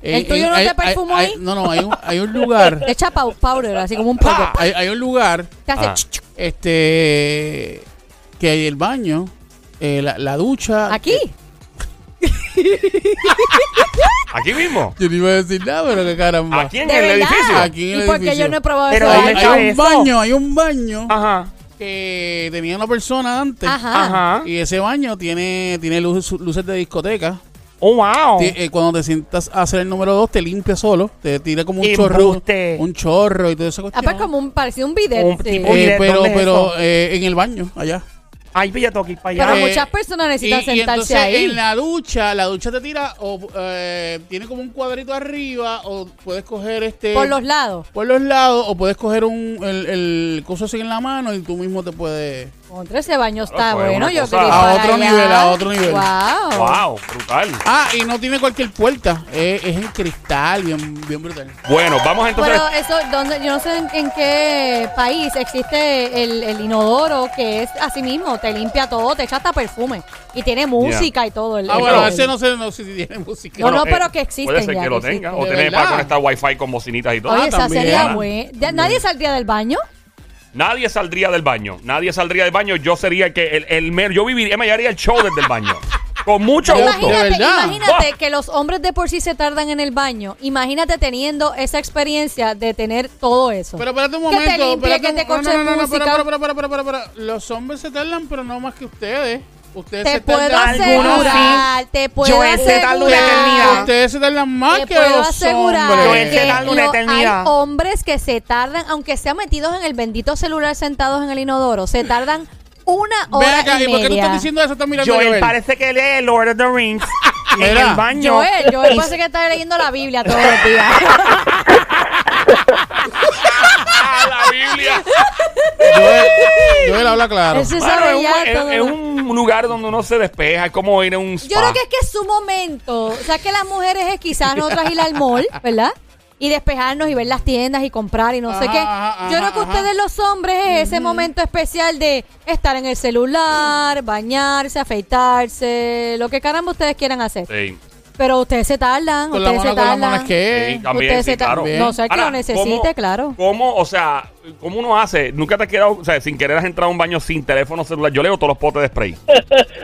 Speaker 3: Eh,
Speaker 2: ¿El tuyo no te perfumó ahí?
Speaker 3: No, no, hay un, hay un lugar.
Speaker 2: Te echa pow- powder, así como un poco.
Speaker 4: Ah,
Speaker 3: hay, hay un lugar
Speaker 2: Te hace
Speaker 1: Ah.
Speaker 2: ch- ch-
Speaker 3: este que hay el baño, eh, la, la ducha.
Speaker 2: aquí.
Speaker 1: Aquí mismo.
Speaker 3: Yo no iba a decir nada, pero qué caramba.
Speaker 1: Aquí en
Speaker 2: De
Speaker 1: el
Speaker 2: verdad.
Speaker 1: edificio.
Speaker 3: Aquí en
Speaker 2: y
Speaker 3: el
Speaker 2: porque
Speaker 3: edificio.
Speaker 2: yo no he probado
Speaker 4: Pero
Speaker 2: eso.
Speaker 3: hay,
Speaker 4: ¿dónde está
Speaker 3: hay un
Speaker 4: eso? Ah.
Speaker 3: baño, hay un baño
Speaker 4: Ajá,
Speaker 3: que tenía una persona antes.
Speaker 2: Ajá.
Speaker 4: ajá.
Speaker 3: Y ese baño tiene, tiene luces, luces de discoteca.
Speaker 4: Oh, wow.
Speaker 3: Ti- eh, cuando te sientas a hacer el número 2, te limpia solo. Te tira como un
Speaker 4: Embuste.
Speaker 3: chorro. Un chorro y todo eso.
Speaker 2: Ah, pues como un, parecía un bidet.
Speaker 4: Un
Speaker 2: sí.
Speaker 4: tipo-
Speaker 2: Eh,
Speaker 4: Oye,
Speaker 3: pero
Speaker 4: ¿dónde es
Speaker 3: pero
Speaker 4: eso?
Speaker 3: eh, en el baño, allá.
Speaker 4: Ay, pues yo tengo que ir para allá.
Speaker 2: Pero
Speaker 3: Eh,
Speaker 2: muchas personas necesitan
Speaker 3: y- y
Speaker 2: sentarse
Speaker 3: entonces,
Speaker 2: ahí.
Speaker 3: En la ducha, la ducha te tira, o eh, tiene como un cuadrito arriba, o puedes coger este.
Speaker 2: por los lados.
Speaker 3: por los lados, o puedes coger un, el, el coso así en la mano y tú mismo te puedes.
Speaker 2: Contra ese baño está
Speaker 1: Claro, pues,
Speaker 2: bueno.
Speaker 1: una
Speaker 2: Yo
Speaker 1: cosa-
Speaker 2: quería ir
Speaker 3: A
Speaker 2: para
Speaker 3: otro
Speaker 2: allá.
Speaker 3: nivel, a otro nivel.
Speaker 2: Wow.
Speaker 1: Wow, brutal.
Speaker 3: Ah, y no tiene cualquier puerta, Eh, es, es en cristal, bien, bien brutal.
Speaker 1: Bueno, vamos entonces.
Speaker 2: Pero eso, ¿dónde? yo no sé en, en qué país existe el, el inodoro que es así mismo, te limpia todo, te echa hasta perfume y tiene música y todo. El,
Speaker 3: Ah,
Speaker 2: el-
Speaker 3: bueno,
Speaker 2: el-
Speaker 3: ese no sé no sé si tiene música.
Speaker 2: No, no,
Speaker 1: eh,
Speaker 2: pero que existen
Speaker 1: Puede ser
Speaker 2: ya,
Speaker 1: que lo
Speaker 2: que
Speaker 1: tenga. O
Speaker 3: existen.
Speaker 1: tener
Speaker 3: ¿De
Speaker 1: para conectar
Speaker 3: verdad?
Speaker 1: wifi con bocinitas y todo.
Speaker 2: Oye,
Speaker 3: Ah,
Speaker 2: esa
Speaker 3: también.
Speaker 2: sería
Speaker 3: Ah.
Speaker 2: buena. ¿Nadie saldría del baño?
Speaker 1: Nadie saldría del baño. Nadie saldría del baño. Yo sería el que el, el mer- yo viviría, me haría el show desde el baño. Con mucho
Speaker 3: Yo-
Speaker 1: gusto.
Speaker 3: De
Speaker 2: Imagínate,
Speaker 3: verdad.
Speaker 2: imagínate que los hombres de por sí se tardan en el baño. Imagínate teniendo esa experiencia de tener todo eso.
Speaker 3: Pero espérate un
Speaker 2: Que te
Speaker 3: momento.
Speaker 2: limpie,
Speaker 3: espérate
Speaker 2: que
Speaker 3: un-
Speaker 2: te
Speaker 3: no,
Speaker 2: corche
Speaker 3: no, no, no,
Speaker 2: música.
Speaker 3: espera, espera, espera, espera, espera, espera. Los hombres se tardan, pero no más que ustedes. Ustedes
Speaker 2: te
Speaker 3: se
Speaker 2: puedo
Speaker 3: tardan.
Speaker 4: Algunos sí.
Speaker 2: asegurar, te puedo
Speaker 4: Yo ese tardo una
Speaker 2: asegurar.
Speaker 4: eternidad.
Speaker 3: Ustedes se tardan más
Speaker 2: Te
Speaker 3: que
Speaker 2: puedo
Speaker 3: los
Speaker 2: asegurar
Speaker 4: Yo
Speaker 3: hombres.
Speaker 4: ese
Speaker 2: que
Speaker 4: tardo una
Speaker 2: lo- hay
Speaker 4: eternidad.
Speaker 2: hombres que se tardan, aunque sean metidos en el bendito celular sentados en el inodoro, se tardan una
Speaker 3: Ven
Speaker 2: hora
Speaker 3: acá,
Speaker 2: y,
Speaker 3: ¿y por qué tú
Speaker 2: media.
Speaker 3: estás diciendo eso? Estás mirando a
Speaker 4: Joel
Speaker 3: Joel.
Speaker 4: parece que lee Lord of the Rings en
Speaker 3: Mira.
Speaker 4: el baño.
Speaker 2: Joel, Joel parece que está leyendo la Biblia todos los días.
Speaker 1: ¡Ah, la Biblia!
Speaker 4: este
Speaker 3: Joel, Joel habla claro.
Speaker 2: Él se
Speaker 1: Mano,
Speaker 2: sabe
Speaker 1: es,
Speaker 2: ya
Speaker 1: un, es-
Speaker 2: todo.
Speaker 1: es un lugar donde uno se despeja. Es como ir a un spa.
Speaker 2: Yo creo que es que es su momento. O sea, que las mujeres es quizás nosotras ir al mall, ¿verdad? Y despejarnos y ver las tiendas y comprar y no sé
Speaker 3: Ajá,
Speaker 2: qué.
Speaker 3: ajá,
Speaker 2: Yo creo que
Speaker 3: ajá, ajá.
Speaker 2: ustedes los hombres es ese momento especial de estar en el celular, bañarse, afeitarse, lo que caramba ustedes quieran hacer.
Speaker 1: Sí.
Speaker 2: Pero ustedes se tardan,
Speaker 3: Con la
Speaker 2: ustedes
Speaker 3: mano,
Speaker 2: se
Speaker 3: con la mano
Speaker 2: tardan.
Speaker 3: es que.
Speaker 1: Sí, También,
Speaker 2: ustedes
Speaker 1: sí,
Speaker 2: Eh, se tardan.
Speaker 1: claro.
Speaker 2: No sé que
Speaker 1: Ahora,
Speaker 2: lo necesite,
Speaker 1: ¿cómo-
Speaker 2: claro.
Speaker 1: ¿Cómo, o sea, cómo uno hace? Nunca te has quedado, o sea, sin querer has entrado a un baño sin teléfono celular. Yo leo todos los potes de spray.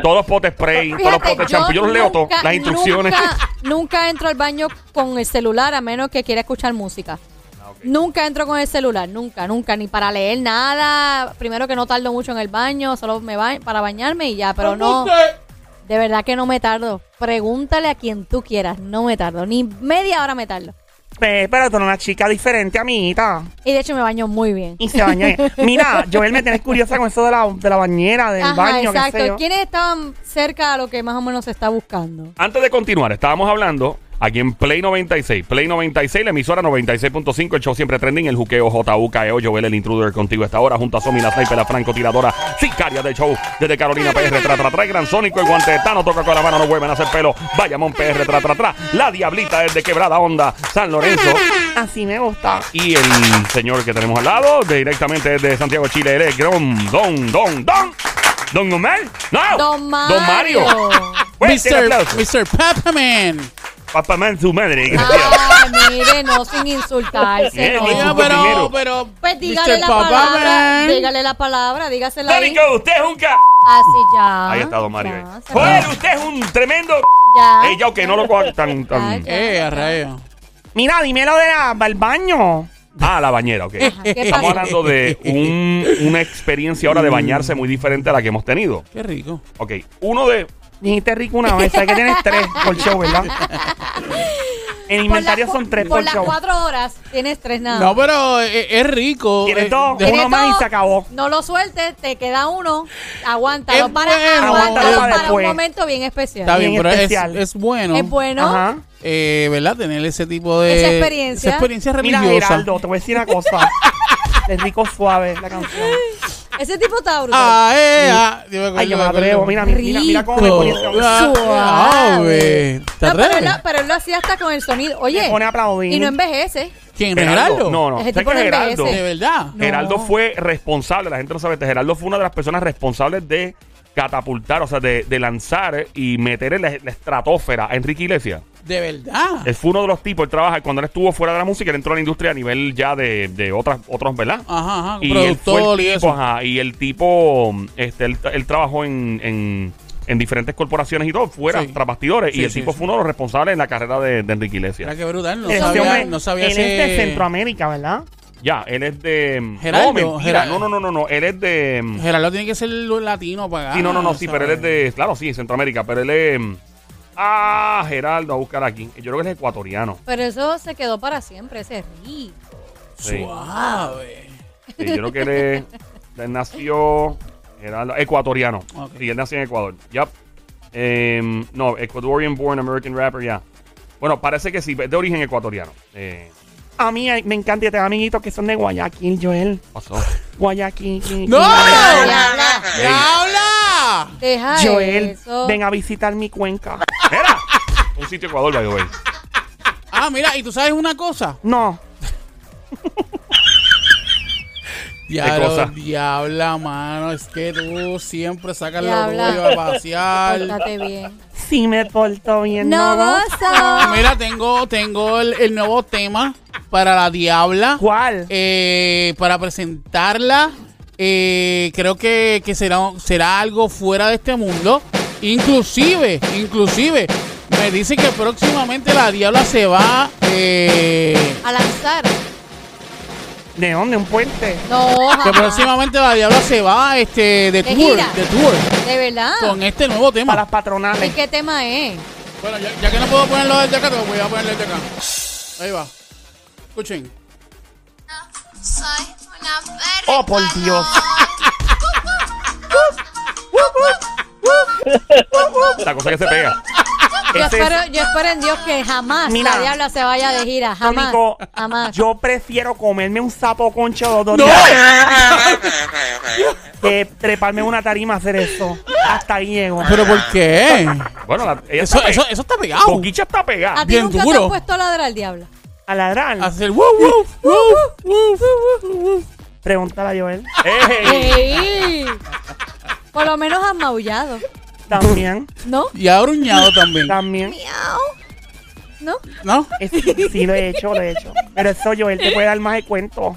Speaker 1: todos los potes de spray, todos los
Speaker 2: Fíjate,
Speaker 1: potes de champú. Yo los leo todos,
Speaker 2: nunca-
Speaker 1: las instrucciones.
Speaker 2: Nunca, nunca entro al baño con el celular a menos que quiera escuchar música.
Speaker 1: Ah,
Speaker 2: Nunca entro con el celular, nunca, nunca, ni para leer nada. Primero que no tardo mucho en el baño, solo me ba para bañarme y ya, pero no, de verdad que no me tardo. Pregúntale a quien tú quieras, no me tardo, ni media hora me tardo.
Speaker 4: Eh, pero tú eres una chica diferente, amiguita.
Speaker 2: Y de hecho me baño muy bien.
Speaker 4: Y se baña. bien. Mira, Joel, me tienes curiosa con eso de la, de la bañera, del
Speaker 2: Ajá,
Speaker 4: baño, qué sé
Speaker 2: exacto.
Speaker 4: yo.
Speaker 2: ¿Quiénes estaban cerca a lo que más o menos se está buscando?
Speaker 1: Antes de continuar, estábamos hablando aquí en Play 96. Play 96, la emisora 96.5, el show siempre trending, el juqueo JUKEO, E Joel el intruder contigo a esta hora, junto a Somi, la sniper, la francotiradora, sicaria del show, desde Carolina PR, tra, tra, tra, el gran sónico, el guante de Tano, toca con la mano, no vuelven a hacer pelo, Bayamón PR, tra, tra, tra, la diablita desde Quebrada Onda, San Lorenzo,
Speaker 4: Así me gusta.
Speaker 1: y el señor que tenemos al lado, directamente desde Santiago, Chile, él es Grom, Don, Don, Don, Don Omar, no,
Speaker 2: Don
Speaker 1: Don Mario.
Speaker 2: Mario.
Speaker 1: Fuerte el aplauso.
Speaker 3: Mr. Papaman.
Speaker 1: Papá man, su madre. gracias.
Speaker 2: Ah, mire, no sin insultarse.
Speaker 1: Eh,
Speaker 2: no.
Speaker 1: eh,
Speaker 3: Oiga,
Speaker 1: primero.
Speaker 3: pero, pero.
Speaker 2: Pues dígale
Speaker 3: Mr.
Speaker 2: la
Speaker 3: Papaman.
Speaker 2: palabra, dígale la palabra, dígasela ahí.
Speaker 1: Mónico, usted es un ca...
Speaker 2: Así ya.
Speaker 1: Ahí está Don Mario.
Speaker 2: Ah, Ya,
Speaker 1: ahí.
Speaker 2: se Ah,
Speaker 1: Joder,
Speaker 2: acabó.
Speaker 1: usted es un tremendo...
Speaker 2: Ya.
Speaker 1: Ella, ok, no lo coja tan... tan-
Speaker 2: Ay.
Speaker 3: Eh, a rayo.
Speaker 4: Mira, dímelo de la, del baño.
Speaker 1: Ah, la bañera, ok.
Speaker 2: ¿Qué
Speaker 1: Estamos
Speaker 2: pasó?
Speaker 1: hablando de un- una experiencia ahora de bañarse muy diferente a la que hemos tenido.
Speaker 3: Qué rico.
Speaker 1: Ok, uno de...
Speaker 4: Dijiste rico una vez, sabes que tienes tres por show, ¿verdad? En
Speaker 2: Por las
Speaker 4: inventario
Speaker 2: cu-
Speaker 4: son tres
Speaker 2: Por
Speaker 4: por,
Speaker 2: las
Speaker 4: show.
Speaker 2: cuatro horas tienes tres nada.
Speaker 3: No, pero eh, es rico.
Speaker 4: Tienes
Speaker 3: Eh,
Speaker 4: dos,
Speaker 3: de-
Speaker 2: Tienes
Speaker 4: uno más y
Speaker 2: dos,
Speaker 4: se acabó.
Speaker 2: No lo sueltes, te queda uno.
Speaker 3: Es
Speaker 2: Aguántalo para,
Speaker 3: bueno.
Speaker 2: aguántalo
Speaker 4: Aguántalo para
Speaker 2: para un
Speaker 4: después.
Speaker 2: momento bien especial.
Speaker 3: Está bien,
Speaker 4: Bien
Speaker 3: pero es,
Speaker 4: especial.
Speaker 3: es bueno.
Speaker 2: Es bueno.
Speaker 4: Ajá.
Speaker 3: eh, ¿Verdad? Tener ese tipo de.
Speaker 2: Esa experiencia.
Speaker 3: Esa experiencia
Speaker 4: Mira,
Speaker 3: religiosa.
Speaker 4: Geraldo, te voy a decir una cosa. De rico suave la canción.
Speaker 2: Ese tipo está brutal.
Speaker 3: Ah, eh, ah. Yo me acuerdo,
Speaker 4: Ay, yo me
Speaker 3: acuerdo.
Speaker 4: atrevo. Mira, mira, mira, mira cómo me
Speaker 3: Rico.
Speaker 4: ponía ese hombre.
Speaker 3: Ah,
Speaker 2: Suave.
Speaker 3: ah, ve. ¿Te
Speaker 2: No, pero, él,
Speaker 3: atreves?
Speaker 2: lo- pero él lo hacía hasta con el sonido. Oye,
Speaker 4: Me pone a aplaudir.
Speaker 2: y no envejece.
Speaker 3: ¿Quién? ¿Geraldo?
Speaker 1: No, no.
Speaker 2: Ese
Speaker 1: ¿Sabes
Speaker 2: tipo
Speaker 1: que
Speaker 2: no es de
Speaker 1: Geraldo?
Speaker 2: ese.
Speaker 3: De verdad.
Speaker 2: No.
Speaker 1: Geraldo fue responsable, la gente no sabe esto, Geraldo fue una de las personas responsables de catapultar, o sea, de, de lanzar y meter en la, la estratosfera a Enrique Iglesias.
Speaker 3: De verdad.
Speaker 1: Él fue uno de los tipos, él trabaja, cuando él estuvo fuera de la música, él entró a la industria a nivel ya de, de otras, otros, ¿verdad?
Speaker 3: Ajá, ajá.
Speaker 1: y él fue el
Speaker 3: Ah, productor y
Speaker 1: tipo,
Speaker 3: eso.
Speaker 1: ajá, y el tipo, este, él, él trabajó en, en, en diferentes corporaciones y todo, fuera,
Speaker 3: Sí.
Speaker 1: tras bastidores,
Speaker 3: Sí,
Speaker 1: y el
Speaker 3: sí,
Speaker 1: tipo
Speaker 3: sí.
Speaker 1: fue uno de los responsables en la carrera de, de Enrique
Speaker 3: Mira
Speaker 1: Iglesias.
Speaker 3: qué brutal. No
Speaker 4: Ese
Speaker 3: sabía,
Speaker 4: Este hombre, este
Speaker 3: no sabía
Speaker 4: él
Speaker 3: ese...
Speaker 4: es de Centroamérica, ¿verdad?
Speaker 1: Ya, él es de...
Speaker 3: Geraldo,
Speaker 1: no, mentira, no,
Speaker 3: Geraldo.
Speaker 1: no, no, no, no, él es de...
Speaker 3: Geraldo tiene que ser lo- latino para
Speaker 1: Sí, no, no, no, sí, pero él es de. Claro, sí, Centroamérica, pero él es. mm, Ah, Geraldo, a buscar aquí. Yo creo que él es ecuatoriano.
Speaker 2: Pero eso se quedó para siempre, ese rico.
Speaker 1: Sí.
Speaker 3: Suave.
Speaker 1: Sí, yo creo que él es. él nació. Geraldo, ecuatoriano.
Speaker 3: Ok.
Speaker 1: Sí, él nació en Ecuador. Yup. Em, no, Ecuadorian born American rapper, ya. Bueno, parece que sí, es de origen ecuatoriano. Eh,
Speaker 4: A mí eh, me encanta y tengo amiguitos que son de Guayaquil, Joel.
Speaker 1: pasó.
Speaker 4: Guayaquil. y-
Speaker 3: ¡No!
Speaker 2: Diabla,
Speaker 3: ¡Diabla!
Speaker 2: Deja
Speaker 4: Joel,
Speaker 2: eso.
Speaker 4: ven a visitar mi cuenca.
Speaker 1: ¡Era! Un sitio de Ecuador, by the way.
Speaker 3: Ah, mira, y tú sabes una cosa.
Speaker 4: No.
Speaker 3: Diablo,
Speaker 1: cosa?
Speaker 3: diabla, mano. Es que tú siempre sacas la
Speaker 2: Diabla.
Speaker 3: tuya a pasear.
Speaker 2: Pórtate bien.
Speaker 4: Sí me porto bien.
Speaker 2: No
Speaker 4: ¿no?
Speaker 2: gozo.
Speaker 3: Mira, tengo, tengo el, el nuevo tema para la diabla.
Speaker 4: ¿Cuál?
Speaker 3: eh, para presentarla. eh, creo que, que será, será algo fuera de este mundo. Inclusive, inclusive, me dice que próximamente la Diabla se va... eh,
Speaker 2: A lanzar.
Speaker 4: ¿De dónde? ¿Un puente?
Speaker 2: No,
Speaker 3: que
Speaker 2: jamás.
Speaker 3: próximamente la Diabla se va este, de
Speaker 2: De
Speaker 3: tour,
Speaker 2: gira. Ah.
Speaker 3: de tour,
Speaker 2: De verdad.
Speaker 3: con este nuevo tema.
Speaker 4: Para las patronales.
Speaker 2: ¿Y qué tema es?
Speaker 3: Bueno, ya, ya que no puedo ponerlo desde acá, te lo pues voy a poner desde acá. Ahí va. Escuchen.
Speaker 6: Soy una perra.
Speaker 4: Oh, por Dios.
Speaker 1: La cosa que se pega.
Speaker 2: Yo
Speaker 4: Ese es-
Speaker 2: espero, yo espero en Dios que jamás
Speaker 4: Mira.
Speaker 2: la diabla se vaya de gira. Jamás.
Speaker 4: Tónico,
Speaker 2: jamás.
Speaker 4: Yo prefiero comerme un sapo concho de dos
Speaker 3: ¡No!
Speaker 4: que treparme en una tarima a hacer eso. Hasta ahí llego.
Speaker 3: ¿Pero por qué?
Speaker 1: Bueno, la- ella
Speaker 3: Eso,
Speaker 1: está
Speaker 3: eso,
Speaker 1: pegada.
Speaker 3: eso está pegado.
Speaker 1: Boquicha está
Speaker 2: ¿A
Speaker 1: pegada.
Speaker 2: ti
Speaker 3: bien
Speaker 2: nunca te
Speaker 3: duro.
Speaker 2: han puesto a ladrar al diablo?
Speaker 4: A ladrar.
Speaker 3: Hacer woo, woo, woo, woo, woo, woo.
Speaker 4: Pregúntale a Joel.
Speaker 2: Ah,
Speaker 1: Eh,
Speaker 2: eh,
Speaker 1: ¡Ey!
Speaker 2: ¡Ey! Por lo menos has maullado.
Speaker 4: También.
Speaker 2: ¿No?
Speaker 3: Y ha gruñado también.
Speaker 4: También.
Speaker 2: ¿No?
Speaker 3: ¿No?
Speaker 4: Es- Sí, lo he hecho, lo he hecho. Pero eso Joel te puede dar más de cuento.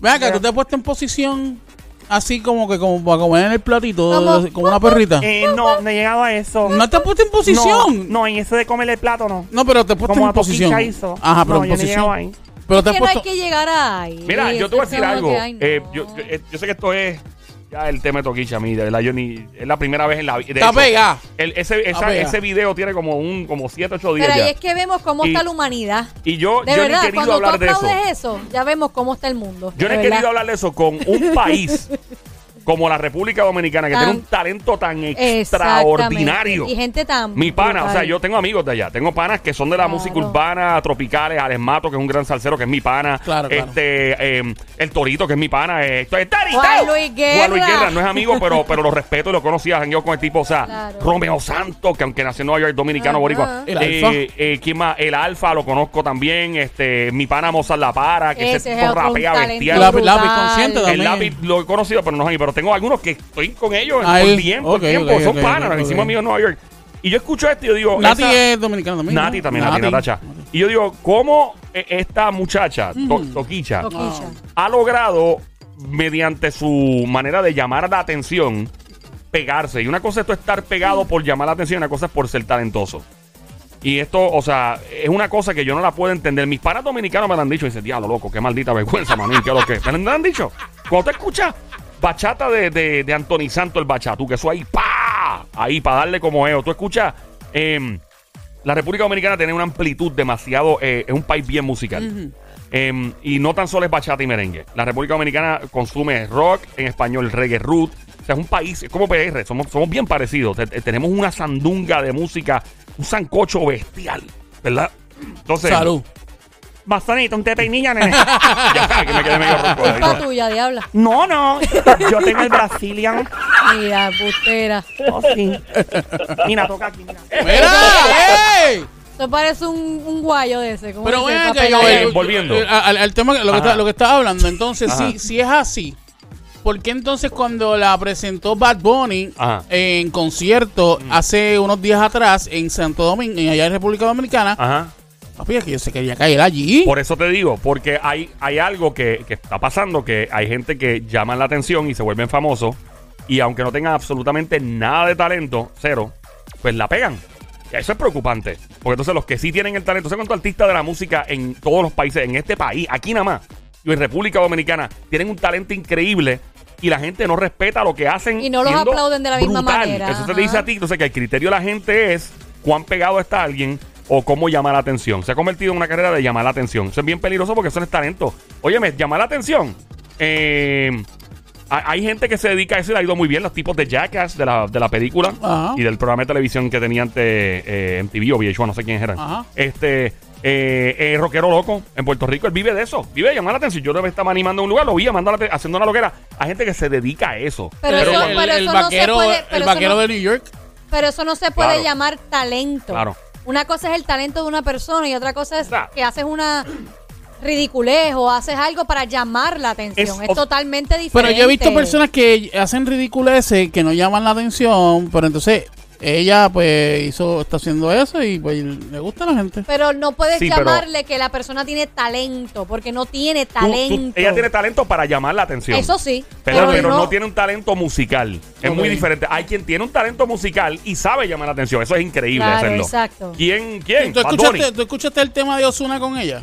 Speaker 3: Ven acá, tú te has puesto en posición así como que como para comer en el platito,
Speaker 2: Como-
Speaker 3: como, una perrita.
Speaker 4: Eh, no, no he llegado a eso.
Speaker 3: No te has puesto Ah. en posición.
Speaker 4: No, no, en eso de comer el plato no.
Speaker 3: No, pero te has puesto
Speaker 4: Como
Speaker 3: en
Speaker 4: a
Speaker 3: posición.
Speaker 4: Toquicha hizo.
Speaker 3: Ajá, pero
Speaker 4: No,
Speaker 3: en
Speaker 4: yo no he llegado
Speaker 3: posición.
Speaker 4: ahí.
Speaker 3: Pero te
Speaker 2: Que
Speaker 3: has
Speaker 2: no hay
Speaker 3: puesto.
Speaker 2: que llegar ahí.
Speaker 1: Mira, yo te voy a decir
Speaker 2: Eso es como
Speaker 1: algo.
Speaker 2: que, ay, no.
Speaker 1: Eh, yo, yo- eh, yo sé que esto es ya el tema de Toquicha, a mí, de verdad, yo ni. Es la primera vez en la vida.
Speaker 3: Está pegada.
Speaker 1: ese, esa-
Speaker 3: Está pegada.
Speaker 1: ese video tiene como un como 7, 8 días.
Speaker 2: Pero ahí
Speaker 1: ya.
Speaker 2: es que vemos cómo
Speaker 1: Y-
Speaker 2: está la humanidad.
Speaker 1: Y yo,
Speaker 2: De
Speaker 1: yo
Speaker 2: verdad,
Speaker 1: no he querido
Speaker 2: cuando tú
Speaker 1: hablar de eso.
Speaker 2: aplaudes eso. ya vemos cómo está el mundo.
Speaker 1: Yo no
Speaker 2: De
Speaker 1: he
Speaker 2: verdad.
Speaker 1: querido hablar de eso con un país como la República Dominicana, que
Speaker 2: Tan-
Speaker 1: tiene un talento tan
Speaker 2: Exactamente.
Speaker 1: extraordinario.
Speaker 2: Y gente tan.
Speaker 1: Mi pana, o sea,
Speaker 2: brutal.
Speaker 1: yo tengo amigos de allá. Tengo panas que son de la
Speaker 2: Claro.
Speaker 1: música urbana, tropicales, Alex Mato, que es un gran salsero, que es mi pana.
Speaker 3: Claro, claro.
Speaker 1: este, eh, El Torito, que es mi pana. eh, Esto es Tarito.
Speaker 2: Juan Luis Guerra.
Speaker 1: Juan Luis Guerra, no es amigo, pero, pero lo respeto y lo conocía. Yo con el tipo, o sea,
Speaker 2: Claclaro.
Speaker 1: Romeo Santos, que aunque nació en Nueva York, dominicano,
Speaker 2: Ajá.
Speaker 1: boricua.
Speaker 3: El
Speaker 1: Eh,
Speaker 3: Alfa.
Speaker 1: eh, ¿quién más? El Alfa, lo conozco también. Este, mi pana Mozart La Para, que
Speaker 2: Ese
Speaker 1: se
Speaker 2: es otro
Speaker 1: rapea
Speaker 2: un
Speaker 1: bestial.
Speaker 2: talento
Speaker 3: Lápiz, lápiz,
Speaker 2: brutal.
Speaker 3: consciente
Speaker 1: El
Speaker 3: también.
Speaker 1: lápiz lo he conocido, pero no es ahí. Pero tengo algunos que estoy con ellos en-
Speaker 3: Ahí.
Speaker 1: por tiempo, por
Speaker 3: Ok,
Speaker 1: tiempo.
Speaker 3: ok,
Speaker 1: Son
Speaker 3: ok,
Speaker 1: panas,
Speaker 3: ok,
Speaker 1: nos hicimos
Speaker 3: ok.
Speaker 1: amigos en Nueva York. Y yo escucho esto y yo digo.
Speaker 3: Nati
Speaker 1: esa-
Speaker 3: es dominicana también.
Speaker 1: Nati
Speaker 3: ¿no?
Speaker 1: también, Nati, Natacha. Y yo digo, ¿cómo e- esta muchacha, To- Toquicha,
Speaker 2: Toquicha.
Speaker 1: ha logrado, mediante su manera de llamar la atención, pegarse? Y una cosa es tú estar pegado por llamar la atención, y una cosa es por ser talentoso. Y esto, o sea, es una cosa que yo no la puedo entender. Mis panas dominicanos me lo han dicho. Y dicen, diablo, loco, qué maldita vergüenza, manín, qué lo que. es". Me lo han dicho. Cuando te escuchas bachata de, de, de Anthony Santo, el bachatú, que eso ahí, pa, ahí, para darle como eo. Tú escuchas, em, la República Dominicana tiene una amplitud demasiado, eh, es un país bien musical. Em, y no tan solo es bachata y merengue. La República Dominicana consume rock, en español reggae root. O sea, es un país, es como PR, somos, somos bien parecidos. Te- te- tenemos una sandunga de música, un sancocho bestial, ¿verdad? Entonces,
Speaker 3: Salud.
Speaker 4: Bastonito, un tepeinilla, nene.
Speaker 1: ya, que me quedé medio ronco ahí,
Speaker 2: Culpa
Speaker 1: ¿no?
Speaker 2: tuya, diabla.
Speaker 4: No, no. Yo tengo el Brazilian.
Speaker 2: Mira, putera.
Speaker 4: Oh, sí. Mira, toca aquí, mira.
Speaker 3: ¡Mira! ¡Ey!
Speaker 2: Tú pareces un, un guayo de ese. como
Speaker 3: Pero
Speaker 2: dice,
Speaker 3: bueno,
Speaker 2: para
Speaker 3: que yo,
Speaker 2: pegar.
Speaker 1: eh, volviendo.
Speaker 3: eh, Al, al tema, que- lo que,
Speaker 1: Ajá.
Speaker 3: está, lo que estaba hablando. Entonces,
Speaker 1: Ajá.
Speaker 3: si, si es así, ¿por qué entonces cuando la presentó Bad Bunny
Speaker 1: Ajá. Mm.
Speaker 3: en concierto hace unos días atrás en Santo Domingo, en allá en República Dominicana,
Speaker 1: Ajá.
Speaker 3: papi, es que yo se quería caer allí?
Speaker 1: Ah. Por eso te digo, porque hay, hay algo que, que está pasando, que hay gente que llama la atención y se vuelven famosos, y aunque no tengan absolutamente nada de talento, cero, pues la pegan. Y Eso es preocupante. Porque entonces los que sí tienen el talento, sé cuántos artistas de la música en todos los países, en este país, aquí nada más, y en República Dominicana, tienen un talento increíble y la gente no respeta lo que hacen.
Speaker 2: Y no los
Speaker 1: siendo
Speaker 2: aplauden de la misma manera,
Speaker 1: Eso te
Speaker 2: ajá.
Speaker 1: dice a ti, entonces que el criterio de la gente es cuán pegado está alguien o cómo llamar la atención. Se ha convertido en una carrera de llamar la atención. Eso es bien peligroso porque eso no es talento. Óyeme, llamar la atención. Eh, ha- hay gente que se dedica a eso y le ha ido muy bien. Los tipos de Jackass de la, de la película
Speaker 3: Ajá.
Speaker 1: y del programa de televisión que tenía antes eh, MTV o VH1, no sé quién eran.
Speaker 3: Ajá.
Speaker 1: Este, eh, eh, Rockero Loco en Puerto Rico, él vive de eso. Vive de llamar la atención. Yo una vez estaba animando un lugar, lo vi llamando la te- haciendo una loquera. Hay gente que se dedica a eso.
Speaker 2: Pero
Speaker 3: el,
Speaker 2: eso-
Speaker 3: el-
Speaker 2: pero
Speaker 3: el
Speaker 2: eso no se
Speaker 3: vaquero,
Speaker 2: puede- pero
Speaker 3: el
Speaker 2: eso
Speaker 3: vaquero
Speaker 2: no-
Speaker 3: de New York.
Speaker 2: Pero eso no se puede
Speaker 1: Claro.
Speaker 2: llamar talento.
Speaker 1: Claro.
Speaker 2: Una cosa es el talento de una persona y otra cosa es
Speaker 1: Claro.
Speaker 2: que haces una ridiculez o haces algo para llamar la atención.
Speaker 1: Es
Speaker 2: Es,
Speaker 1: of-
Speaker 2: totalmente diferente.
Speaker 3: Pero yo he visto personas que hacen ridiculeces, que no llaman la atención, pero entonces ella pues hizo, está haciendo eso y pues le gusta a la gente.
Speaker 2: Pero no puedes
Speaker 1: Sí, pero-
Speaker 2: llamarle que la persona tiene talento, porque no tiene
Speaker 1: Tú- tú-
Speaker 2: talento.
Speaker 1: ella tiene talento para llamar la atención.
Speaker 2: Eso sí.
Speaker 1: Pero, pero no. tiene un talento musical. Es
Speaker 3: Ok.
Speaker 1: muy diferente. Hay quien tiene un talento musical y sabe llamar la atención. Eso es increíble
Speaker 2: Claro,
Speaker 1: hacerlo.
Speaker 2: exacto.
Speaker 1: ¿Quién? ¿Quién?
Speaker 3: ¿Tú
Speaker 1: Bad
Speaker 3: escuchaste,
Speaker 1: Bunny.
Speaker 3: ¿Tú escuchaste el tema de Osuna con ella?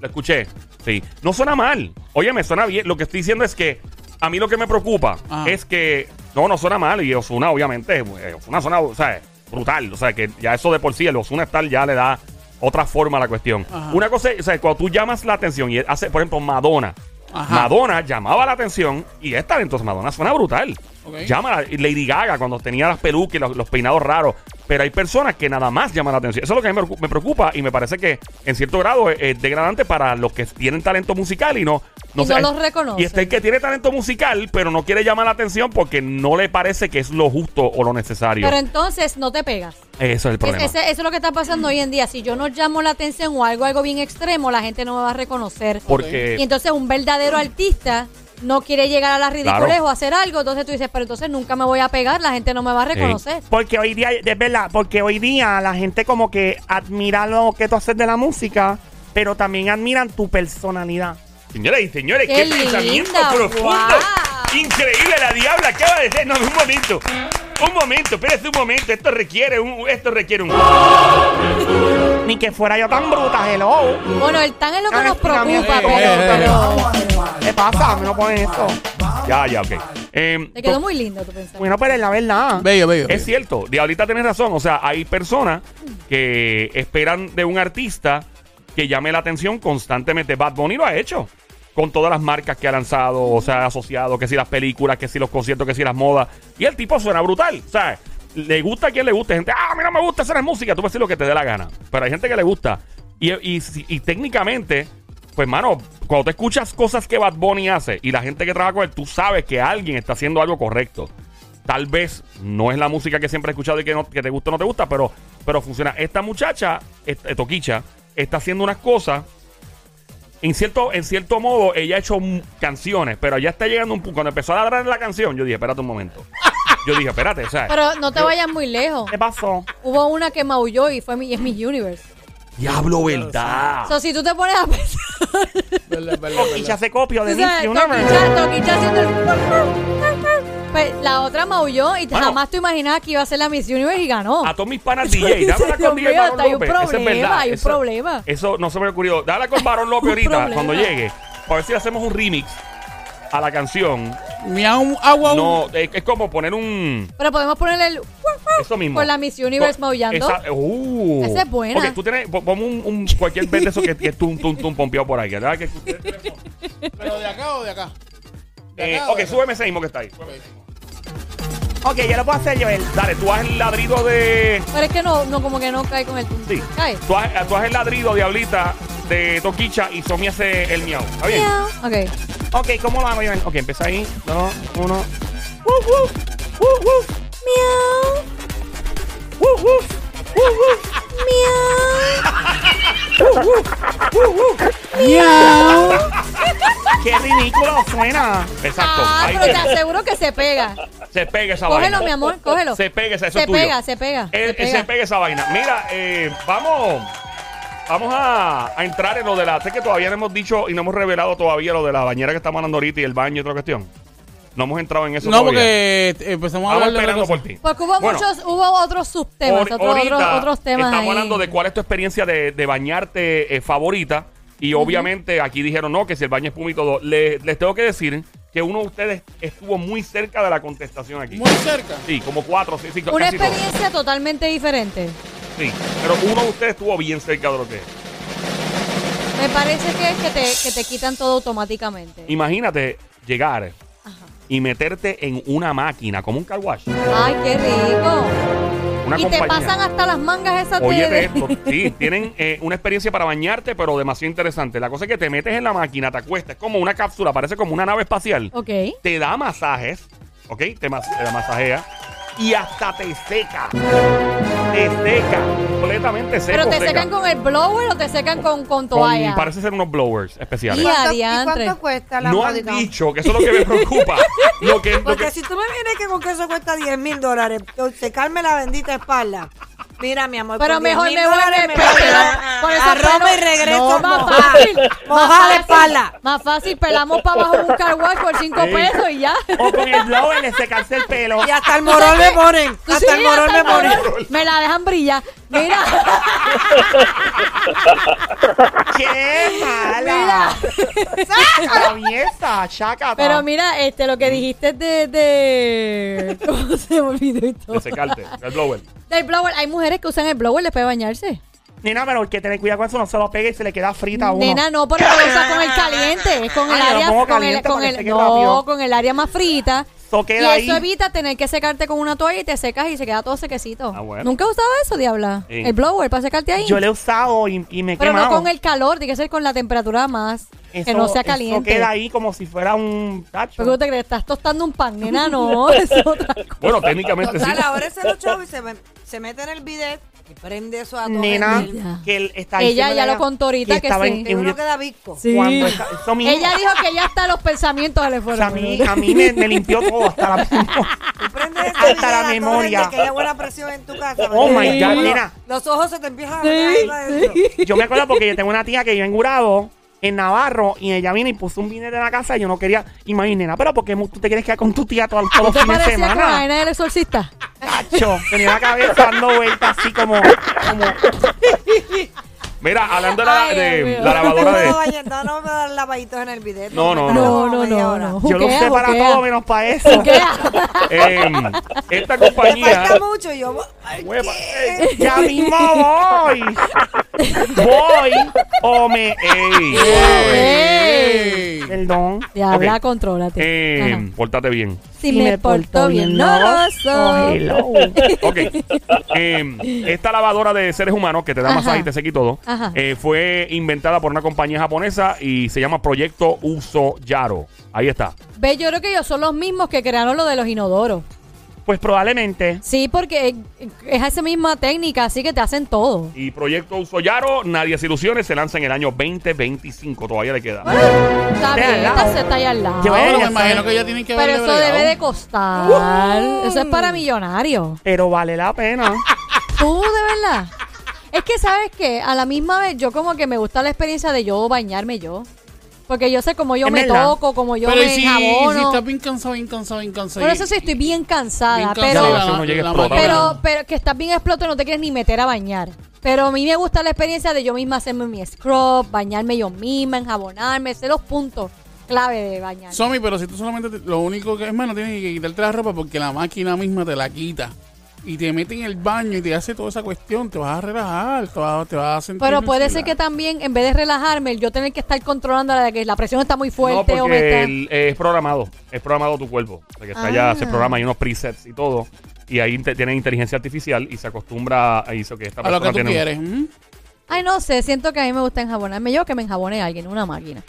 Speaker 1: Lo escuché. Sí. No suena mal. Oye, me suena bien. Lo que estoy diciendo es que a mí lo que me preocupa
Speaker 3: Ajá.
Speaker 1: es que. No, no suena mal. Y Osuna, obviamente. eh, Osuna suena, o sea, brutal. O sea, que ya eso de por sí, el Osuna tal ya le da otra forma a la cuestión.
Speaker 3: Ajá.
Speaker 1: Una cosa es, o sea, cuando tú llamas la atención y hace, por ejemplo, Madonna.
Speaker 3: Ajá.
Speaker 1: Madonna llamaba la atención y es talentosa. Madonna suena brutal.
Speaker 3: Ok.
Speaker 1: Llama a Lady Gaga cuando tenía las pelucas y los, los peinados raros. Pero hay personas que nada más llaman la atención. Eso es lo que a mí me preocu- me preocupa y me parece que en cierto grado es, es degradante para los que tienen talento musical y no,
Speaker 2: Y no
Speaker 1: sé,
Speaker 2: los reconocen.
Speaker 1: Y está el que tiene talento musical, pero no quiere llamar la atención porque no le parece que es lo justo o lo necesario.
Speaker 2: Pero entonces no te pegas.
Speaker 1: Eso es el
Speaker 2: Es-
Speaker 1: problema.
Speaker 2: ese- eso es lo que está pasando hoy en día. Si yo no llamo la atención o algo, algo bien extremo, la gente no me va a reconocer.
Speaker 1: porque
Speaker 2: Y entonces un verdadero artista no quiere llegar a la ridiculez
Speaker 1: Claro.
Speaker 2: o hacer algo, entonces tú dices, pero entonces nunca me voy a pegar, la gente no me va a reconocer.
Speaker 4: Porque hoy día, es verdad, porque hoy día la gente como que admira lo que tú haces de la música, pero también admiran tu personalidad.
Speaker 1: Señoras y señores, qué,
Speaker 2: Qué
Speaker 1: pensamiento
Speaker 2: linda,
Speaker 1: profundo.
Speaker 2: guau.
Speaker 1: Increíble la diabla acaba de ser. No, un momento. Un momento, espérate un momento. Esto requiere un. Esto requiere un.
Speaker 4: Ni que fuera yo tan bruta, hello.
Speaker 2: Bueno, el tan es lo que
Speaker 4: Ah,
Speaker 2: nos
Speaker 4: es una
Speaker 2: preocupa,
Speaker 4: mierda.
Speaker 2: pero,
Speaker 3: Eh, eh,
Speaker 2: pero-
Speaker 4: ¿Qué pasa? Me lo ponen eso.
Speaker 1: Ya, ya, ok. Eh,
Speaker 2: te quedó
Speaker 1: to-
Speaker 2: muy lindo tu pensamiento.
Speaker 4: Bueno, pero es la verdad.
Speaker 3: Bello, bello.
Speaker 1: Es
Speaker 3: bello.
Speaker 1: cierto, Diablita tenés razón. O sea, hay personas que esperan de un artista que llame la atención constantemente. Bad Bunny lo ha hecho. Con todas las marcas que ha lanzado, o sea, ha asociado, que si las películas, que si los conciertos, que si las modas. Y el tipo suena brutal. O sea, le gusta a quien le guste. Gente, ah, a mí no me gusta, esa no es música. Tú puedes decir lo que te dé la gana. Pero hay gente que le gusta. Y, y, si- y técnicamente, pues, mano, cuando te escuchas cosas que Bad Bunny hace y la gente que trabaja con él, tú sabes que alguien está haciendo algo correcto tal vez no es la música que siempre he escuchado y que, no- que te gusta o no te gusta, pero, pero funciona. Esta muchacha, esta- Toquicha, está haciendo unas cosas. En cierto, en cierto modo, ella ha hecho mm, canciones, pero ya está llegando un punto. Cuando empezó a ladrar la canción, yo dije, espérate un momento. Yo dije, espérate, o sea,
Speaker 2: Pero no te vayas muy lejos.
Speaker 4: ¿Qué pasó?
Speaker 2: Hubo una que maulló y fue mi, y es mi universe.
Speaker 1: diablo, verdad.
Speaker 2: O sea, si tú te pones a pensar,
Speaker 3: Verdad, verdad,
Speaker 4: Y
Speaker 3: verdad.
Speaker 4: ya se copió de
Speaker 2: tú sabes,
Speaker 4: Miss Universe.
Speaker 2: Toquicha, Toquicha haciendo el- Pues la otra maulló y
Speaker 1: Bueno. Ah.
Speaker 2: jamás tú imaginabas que iba a ser la Miss Universe y ganó.
Speaker 1: A todos mis panas DJ, dámela
Speaker 2: Dios
Speaker 1: con DJ
Speaker 2: mío,
Speaker 1: Barón
Speaker 2: hay un
Speaker 1: López. Eso es
Speaker 2: problema,
Speaker 1: verdad.
Speaker 2: hay un
Speaker 1: eso,
Speaker 2: problema.
Speaker 1: Eso no se me ocurrió. Dale con Barón López
Speaker 2: Un
Speaker 1: ahorita,
Speaker 2: problema.
Speaker 1: cuando llegue. Para ver si le hacemos un remix a la canción.
Speaker 3: Miau, agua.
Speaker 1: No, es, es como poner un.
Speaker 2: Pero podemos ponerle el
Speaker 1: Eso mismo.
Speaker 2: con la Miss Universe
Speaker 1: Con-
Speaker 2: maullando.
Speaker 1: esa- uh.
Speaker 2: Esa es buena.
Speaker 1: Ok, tú tienes. po- Ponme un, un- cualquier verde eso que, que es tum, tum, tum, pompeado por ahí. ¿verdad? Que-
Speaker 3: ¿Pero de acá o de acá?
Speaker 1: eh, ok, súbeme ese mismo que está ahí.
Speaker 4: Ok, ya lo puedo hacer yo él.
Speaker 1: Dale, tú haz el ladrido de.
Speaker 2: Pero es que no, no como que no cae con el
Speaker 1: Sí.
Speaker 2: Cae.
Speaker 1: Tú haz, tú haz el ladrido, diablita, de Toquicha y Somi hace el miau. ¿Está bien?
Speaker 2: Ok.
Speaker 4: Ok, ¿cómo lo hago yo? Ok, empieza ahí. Dos, uno.
Speaker 2: Miau.
Speaker 4: Uh, uh, uh,
Speaker 3: ¡Miau!
Speaker 4: Qué ridículo suena.
Speaker 1: Exacto.
Speaker 2: Ah,
Speaker 1: Ahí
Speaker 2: pero te
Speaker 1: está.
Speaker 2: aseguro que se pega.
Speaker 1: Se pega esa vaina.
Speaker 2: Cógelo, mi amor, cógelo.
Speaker 1: Se pega esa, eso
Speaker 2: Se
Speaker 1: es tuyo.
Speaker 2: pega, se pega,
Speaker 1: Eh,
Speaker 2: se
Speaker 1: eh,
Speaker 2: pega.
Speaker 1: se pega esa vaina. Mira, eh, vamos. Vamos a, a entrar en lo de la. Sé que todavía no hemos dicho y no hemos revelado todavía lo de la bañera que estamos hablando ahorita y el baño y otra cuestión. No hemos entrado en eso.
Speaker 3: No,
Speaker 1: todavía.
Speaker 3: porque eh, empezamos
Speaker 1: Estamos
Speaker 3: a hablar de otra
Speaker 1: esperando
Speaker 3: cosa.
Speaker 1: por ti.
Speaker 2: Porque hubo
Speaker 1: Bueno,
Speaker 2: muchos, hubo otros subtemas,
Speaker 1: Or-
Speaker 2: otros,
Speaker 1: ahorita
Speaker 2: otros, otros temas
Speaker 1: Estamos
Speaker 2: ahí.
Speaker 1: hablando de cuál es tu experiencia de, de bañarte eh, favorita. Y obviamente aquí dijeron no, que si el baño es público. do- Le- les tengo que decir que uno de ustedes estuvo muy cerca de la contestación aquí.
Speaker 3: Muy cerca.
Speaker 1: Sí, como cuatro, sí, sí,
Speaker 2: Una
Speaker 1: casi todos.
Speaker 2: experiencia totalmente diferente.
Speaker 1: Sí, pero uno de ustedes estuvo bien cerca de lo que es.
Speaker 2: Me parece que es que te, que te quitan todo automáticamente.
Speaker 1: Imagínate llegar y meterte en una máquina, como un car wash.
Speaker 2: Ay, qué rico.
Speaker 1: Una
Speaker 2: y
Speaker 1: compañía.
Speaker 2: te pasan hasta las mangas esas de-
Speaker 1: Oye,
Speaker 2: de-
Speaker 1: esto, sí, tienen eh, una experiencia para bañarte, pero demasiado interesante. La cosa es que te metes en la máquina, te acuestas, es como una cápsula, parece como una nave espacial.
Speaker 2: Ok.
Speaker 1: Te da masajes, ¿ok? Te, mas- te da masajea y hasta te seca. Te seca, completamente seco.
Speaker 2: Pero te secan con el blower o te secan con, con toalla.
Speaker 1: Con- parece ser unos blowers especiales.
Speaker 2: Y
Speaker 5: ¿Cuánto- ¿Y
Speaker 2: adiantre.
Speaker 5: cuánto cuesta la
Speaker 1: no han
Speaker 5: Bodycount?
Speaker 1: dicho, que eso es lo que me preocupa. lo que, lo
Speaker 5: Porque
Speaker 1: que-
Speaker 5: si tú me vienes que con que eso cuesta 10 mil dólares, secarme la bendita espalda. Mira, mi amor,
Speaker 2: Pero
Speaker 5: con
Speaker 2: mejor
Speaker 5: 10.000
Speaker 2: me voy Ah,
Speaker 5: dólares
Speaker 2: en
Speaker 5: me
Speaker 2: el pelo.
Speaker 5: a-
Speaker 2: Por eso
Speaker 5: a Roma y
Speaker 2: pelo- No,
Speaker 5: regreso
Speaker 2: más
Speaker 5: mojada.
Speaker 2: fácil.
Speaker 5: Mojada
Speaker 2: Más
Speaker 5: la
Speaker 2: fácil,
Speaker 5: espalda.
Speaker 2: Más fácil, pelamos para abajo un car wash por 5
Speaker 1: Sí.
Speaker 2: pesos y ya.
Speaker 4: O con el blower le secarse el pelo.
Speaker 5: Y hasta el Oh, morón me ponen.
Speaker 2: Sí,
Speaker 5: Hasta el morón me ponen.
Speaker 2: morón. Me la dejan brillar. Mira,
Speaker 4: ¡Qué
Speaker 2: mira.
Speaker 4: mala! ¡Sácala, vieja! ¡Chácata!
Speaker 2: Pero mira, este,
Speaker 5: Mm.
Speaker 2: lo que dijiste de, de... ¿Cómo se me olvidó y todo?
Speaker 1: de secarte, el blower.
Speaker 2: Del blower. Hay mujeres que usan el blower después de bañarse.
Speaker 4: Nena, pero el que tener cuidado con eso no se lo pegue y se le queda frita a uno.
Speaker 2: Nena, no, porque lo usa con el caliente. Es con el
Speaker 4: Ah, yo lo
Speaker 2: área...
Speaker 4: pongo
Speaker 2: Con el,
Speaker 4: caliente
Speaker 2: con
Speaker 4: para que
Speaker 2: el,
Speaker 4: seque
Speaker 2: no,
Speaker 4: rápido.
Speaker 2: con el área más frita.
Speaker 4: Eso
Speaker 2: Y
Speaker 4: queda ahí.
Speaker 2: eso evita tener que secarte con una toalla y te secas y se queda todo sequecito.
Speaker 1: Ah, bueno.
Speaker 2: ¿Nunca has usado eso, Diabla?
Speaker 1: Sí.
Speaker 2: El blower para secarte ahí.
Speaker 4: Yo lo he usado y, y me he
Speaker 2: Pero no
Speaker 4: quemado.
Speaker 2: con el calor, tiene que ser con la temperatura más. que
Speaker 4: Eso-
Speaker 2: no sea
Speaker 4: Eso queda
Speaker 2: caliente.
Speaker 4: ahí como si fuera un tacho.
Speaker 2: Porque tú te crees, estás tostando un pan, nena, no, es otra cosa.
Speaker 1: Bueno, técnicamente sí.
Speaker 5: Total, ahora ese los chavos y se, me- se mete en el bidet y prende eso a todo.
Speaker 4: Nena,
Speaker 5: el-
Speaker 2: Ella.
Speaker 4: que él está
Speaker 2: Ella
Speaker 4: diciéndole
Speaker 2: ya
Speaker 4: a
Speaker 2: lo
Speaker 4: ella
Speaker 2: contó ahorita que
Speaker 4: estaba
Speaker 2: sí.
Speaker 4: en-
Speaker 5: Que
Speaker 4: en-
Speaker 5: uno queda visco.
Speaker 4: cuando está- eso mismo.
Speaker 2: Ella dijo que ya hasta los pensamientos se le
Speaker 4: O
Speaker 2: fueron.
Speaker 4: sea, a mí, a mí me, me limpió todo hasta la
Speaker 5: Tú prendes ese
Speaker 4: Hasta
Speaker 5: bidet
Speaker 4: la
Speaker 5: a todo el
Speaker 4: memoria.
Speaker 5: de Que haya buena presión en tu casa.
Speaker 4: Oh
Speaker 5: ¿verdad?
Speaker 4: my God, nena.
Speaker 5: Los ojos se te empiezan a
Speaker 2: Sí,
Speaker 5: meter ahí para adentro.
Speaker 4: Yo me acuerdo porque yo tengo una tía que vive en Gurabo, en Navarro, y ella vino y puso un vinete en la casa y yo no quería. Y me dije, nena, pero ¿por qué mu- tú te quieres quedar con tu tía todo- todos los
Speaker 2: ¿Te
Speaker 4: fines de
Speaker 2: parecía con la
Speaker 4: semana?
Speaker 2: vaina del exorcista?
Speaker 4: Cacho, tenía la cabeza dando vueltas así como, como
Speaker 1: Mira, hablando de la,
Speaker 2: Ay,
Speaker 1: de
Speaker 2: Dios mío.
Speaker 1: la lavadora
Speaker 5: No,
Speaker 1: de.
Speaker 5: vaya, no, no me dan lavaditos en el bidet.
Speaker 1: No, no,
Speaker 5: me
Speaker 1: no.
Speaker 5: tardo
Speaker 2: No,
Speaker 5: como
Speaker 2: no,
Speaker 5: media
Speaker 2: no,
Speaker 5: hora.
Speaker 2: no.
Speaker 4: yo lo
Speaker 2: Juquea,
Speaker 4: usé para
Speaker 2: juquea.
Speaker 4: todo menos para eso.
Speaker 2: Juquea.
Speaker 1: em, esta
Speaker 5: Me falta
Speaker 1: compañía.
Speaker 5: mucho y yo. ay,
Speaker 1: Hueva,
Speaker 5: ¿qué?
Speaker 1: ey.
Speaker 4: Ya mismo voy. Voy o me.
Speaker 1: Ey,
Speaker 2: Ey.
Speaker 4: Perdón.
Speaker 2: Diabla,
Speaker 1: Ok.
Speaker 2: contrólate.
Speaker 4: Eh,
Speaker 1: em,
Speaker 2: Ajá.
Speaker 1: pórtate bien.
Speaker 2: Si me porto bien, no lo
Speaker 4: Oh,
Speaker 2: soy.
Speaker 4: hello.
Speaker 1: Ok. Em, esta lavadora de seres humanos que te da
Speaker 2: Ajá.
Speaker 1: masaje y te seca y todo
Speaker 2: Ajá.
Speaker 1: eh, fue inventada por una compañía japonesa y se llama Proyecto Uso Yaro. Ahí está.
Speaker 2: Ve, yo creo que ellos son los mismos que crearon lo de los inodoros.
Speaker 4: Pues probablemente.
Speaker 2: Sí, porque eh, es esa misma técnica, así que te hacen todo.
Speaker 1: Y Proyecto Uso Yaro, Nadie se ilusiones, se lanza en el año 2025. Todavía le queda.
Speaker 2: Está
Speaker 4: Ve
Speaker 2: bien,
Speaker 4: al lado.
Speaker 2: esta está ahí al lado.
Speaker 4: Yo voy a-
Speaker 3: Pero me
Speaker 4: ya
Speaker 3: imagino
Speaker 4: sabe.
Speaker 3: que ya tienen que
Speaker 2: Pero
Speaker 3: haberle
Speaker 2: eso
Speaker 3: bregado.
Speaker 2: debe de costar. Eso es para millonarios.
Speaker 4: Pero vale la pena.
Speaker 2: Tú, de verdad. Es que, ¿sabes qué? A la misma vez, yo como que me gusta la experiencia de yo bañarme yo. Porque yo sé cómo yo
Speaker 4: Es
Speaker 2: me
Speaker 4: verdad.
Speaker 2: toco, cómo yo
Speaker 3: Pero y
Speaker 2: me
Speaker 3: si, y si
Speaker 2: enjabono.
Speaker 3: estás bien cansado, bien cansado, bien cansado.
Speaker 2: Por
Speaker 3: y-
Speaker 2: eso sí estoy bien
Speaker 3: bien
Speaker 2: cansada.
Speaker 3: cansado,
Speaker 2: pero
Speaker 1: A veces uno llega explotado.
Speaker 2: Pero, pero que estás bien explotado y no te quieres ni meter a bañar. Pero a mí me gusta la experiencia de yo misma hacerme mi scrub, bañarme yo misma, enjabonarme, sé los puntos clave de bañar.
Speaker 3: Somi, pero si tú solamente te- lo único que es más, no tienes que quitarte la ropa porque la máquina misma te la quita. Y te mete en el baño y te hace toda esa cuestión, te vas a relajar, te vas, te vas a sentir.
Speaker 2: pero puede ser que
Speaker 3: relajada.
Speaker 2: también, en vez de relajarme, el yo tener que estar controlando la, que la presión está muy
Speaker 1: No,
Speaker 2: fuerte o me
Speaker 1: porque
Speaker 2: está...
Speaker 1: el- eh, es programado. Es programado tu cuerpo. O sea, que está ya,
Speaker 2: Ah.
Speaker 1: se programa, hay unos presets y todo. Y ahí te, tienen inteligencia artificial y se acostumbra a eso que esta
Speaker 3: A lo que tú
Speaker 1: tiene un-
Speaker 3: quieres. ¿m?
Speaker 2: Ay, no sé, siento que a mí me gusta enjabonarme yo que me enjabone alguien, una máquina.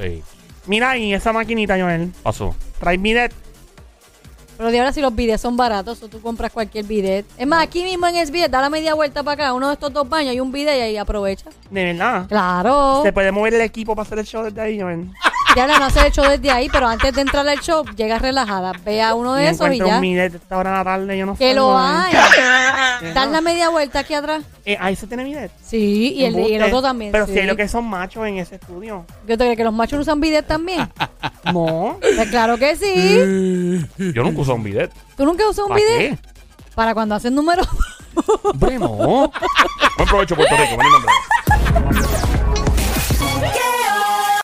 Speaker 1: Sí,
Speaker 4: Mira ahí esa maquinita, Joel.
Speaker 1: pasó.
Speaker 4: Trae bidet.
Speaker 2: Pero Pero de ahora si los bidets son baratos, o tú compras cualquier bidet. Es más, aquí mismo en SBID, da la media vuelta para acá, uno de estos dos baños, hay un bidet y ahí aprovecha.
Speaker 4: De verdad.
Speaker 2: Claro.
Speaker 4: Se puede mover el equipo para hacer el show desde ahí, Joel.
Speaker 2: Ya no, no hace el show desde ahí, pero antes de entrar al show, llegas relajada. Ve a uno de
Speaker 4: Me
Speaker 2: esos y
Speaker 4: encuentro
Speaker 2: ya.
Speaker 4: un bidet de esta hora de la tarde, yo no sé.
Speaker 2: Que lo
Speaker 4: Joel.
Speaker 2: hay. Dan la media vuelta aquí atrás.
Speaker 4: Eh, ahí se tiene bidet.
Speaker 2: Sí, y el, y el
Speaker 4: Embuste.
Speaker 2: otro también.
Speaker 4: Pero
Speaker 2: sí.
Speaker 4: si hay lo que son machos en ese estudio.
Speaker 2: ¿Yo te crees que los machos no usan bidet también?
Speaker 4: No.
Speaker 2: Pues claro que sí.
Speaker 1: Yo nunca uso un bidet.
Speaker 2: ¿Tú nunca usas un
Speaker 1: ¿Para
Speaker 2: bidet?
Speaker 1: qué?
Speaker 2: Para cuando hacen números.
Speaker 1: Hombre, no. Buen provecho, Puerto Rico. Venimos, hombre.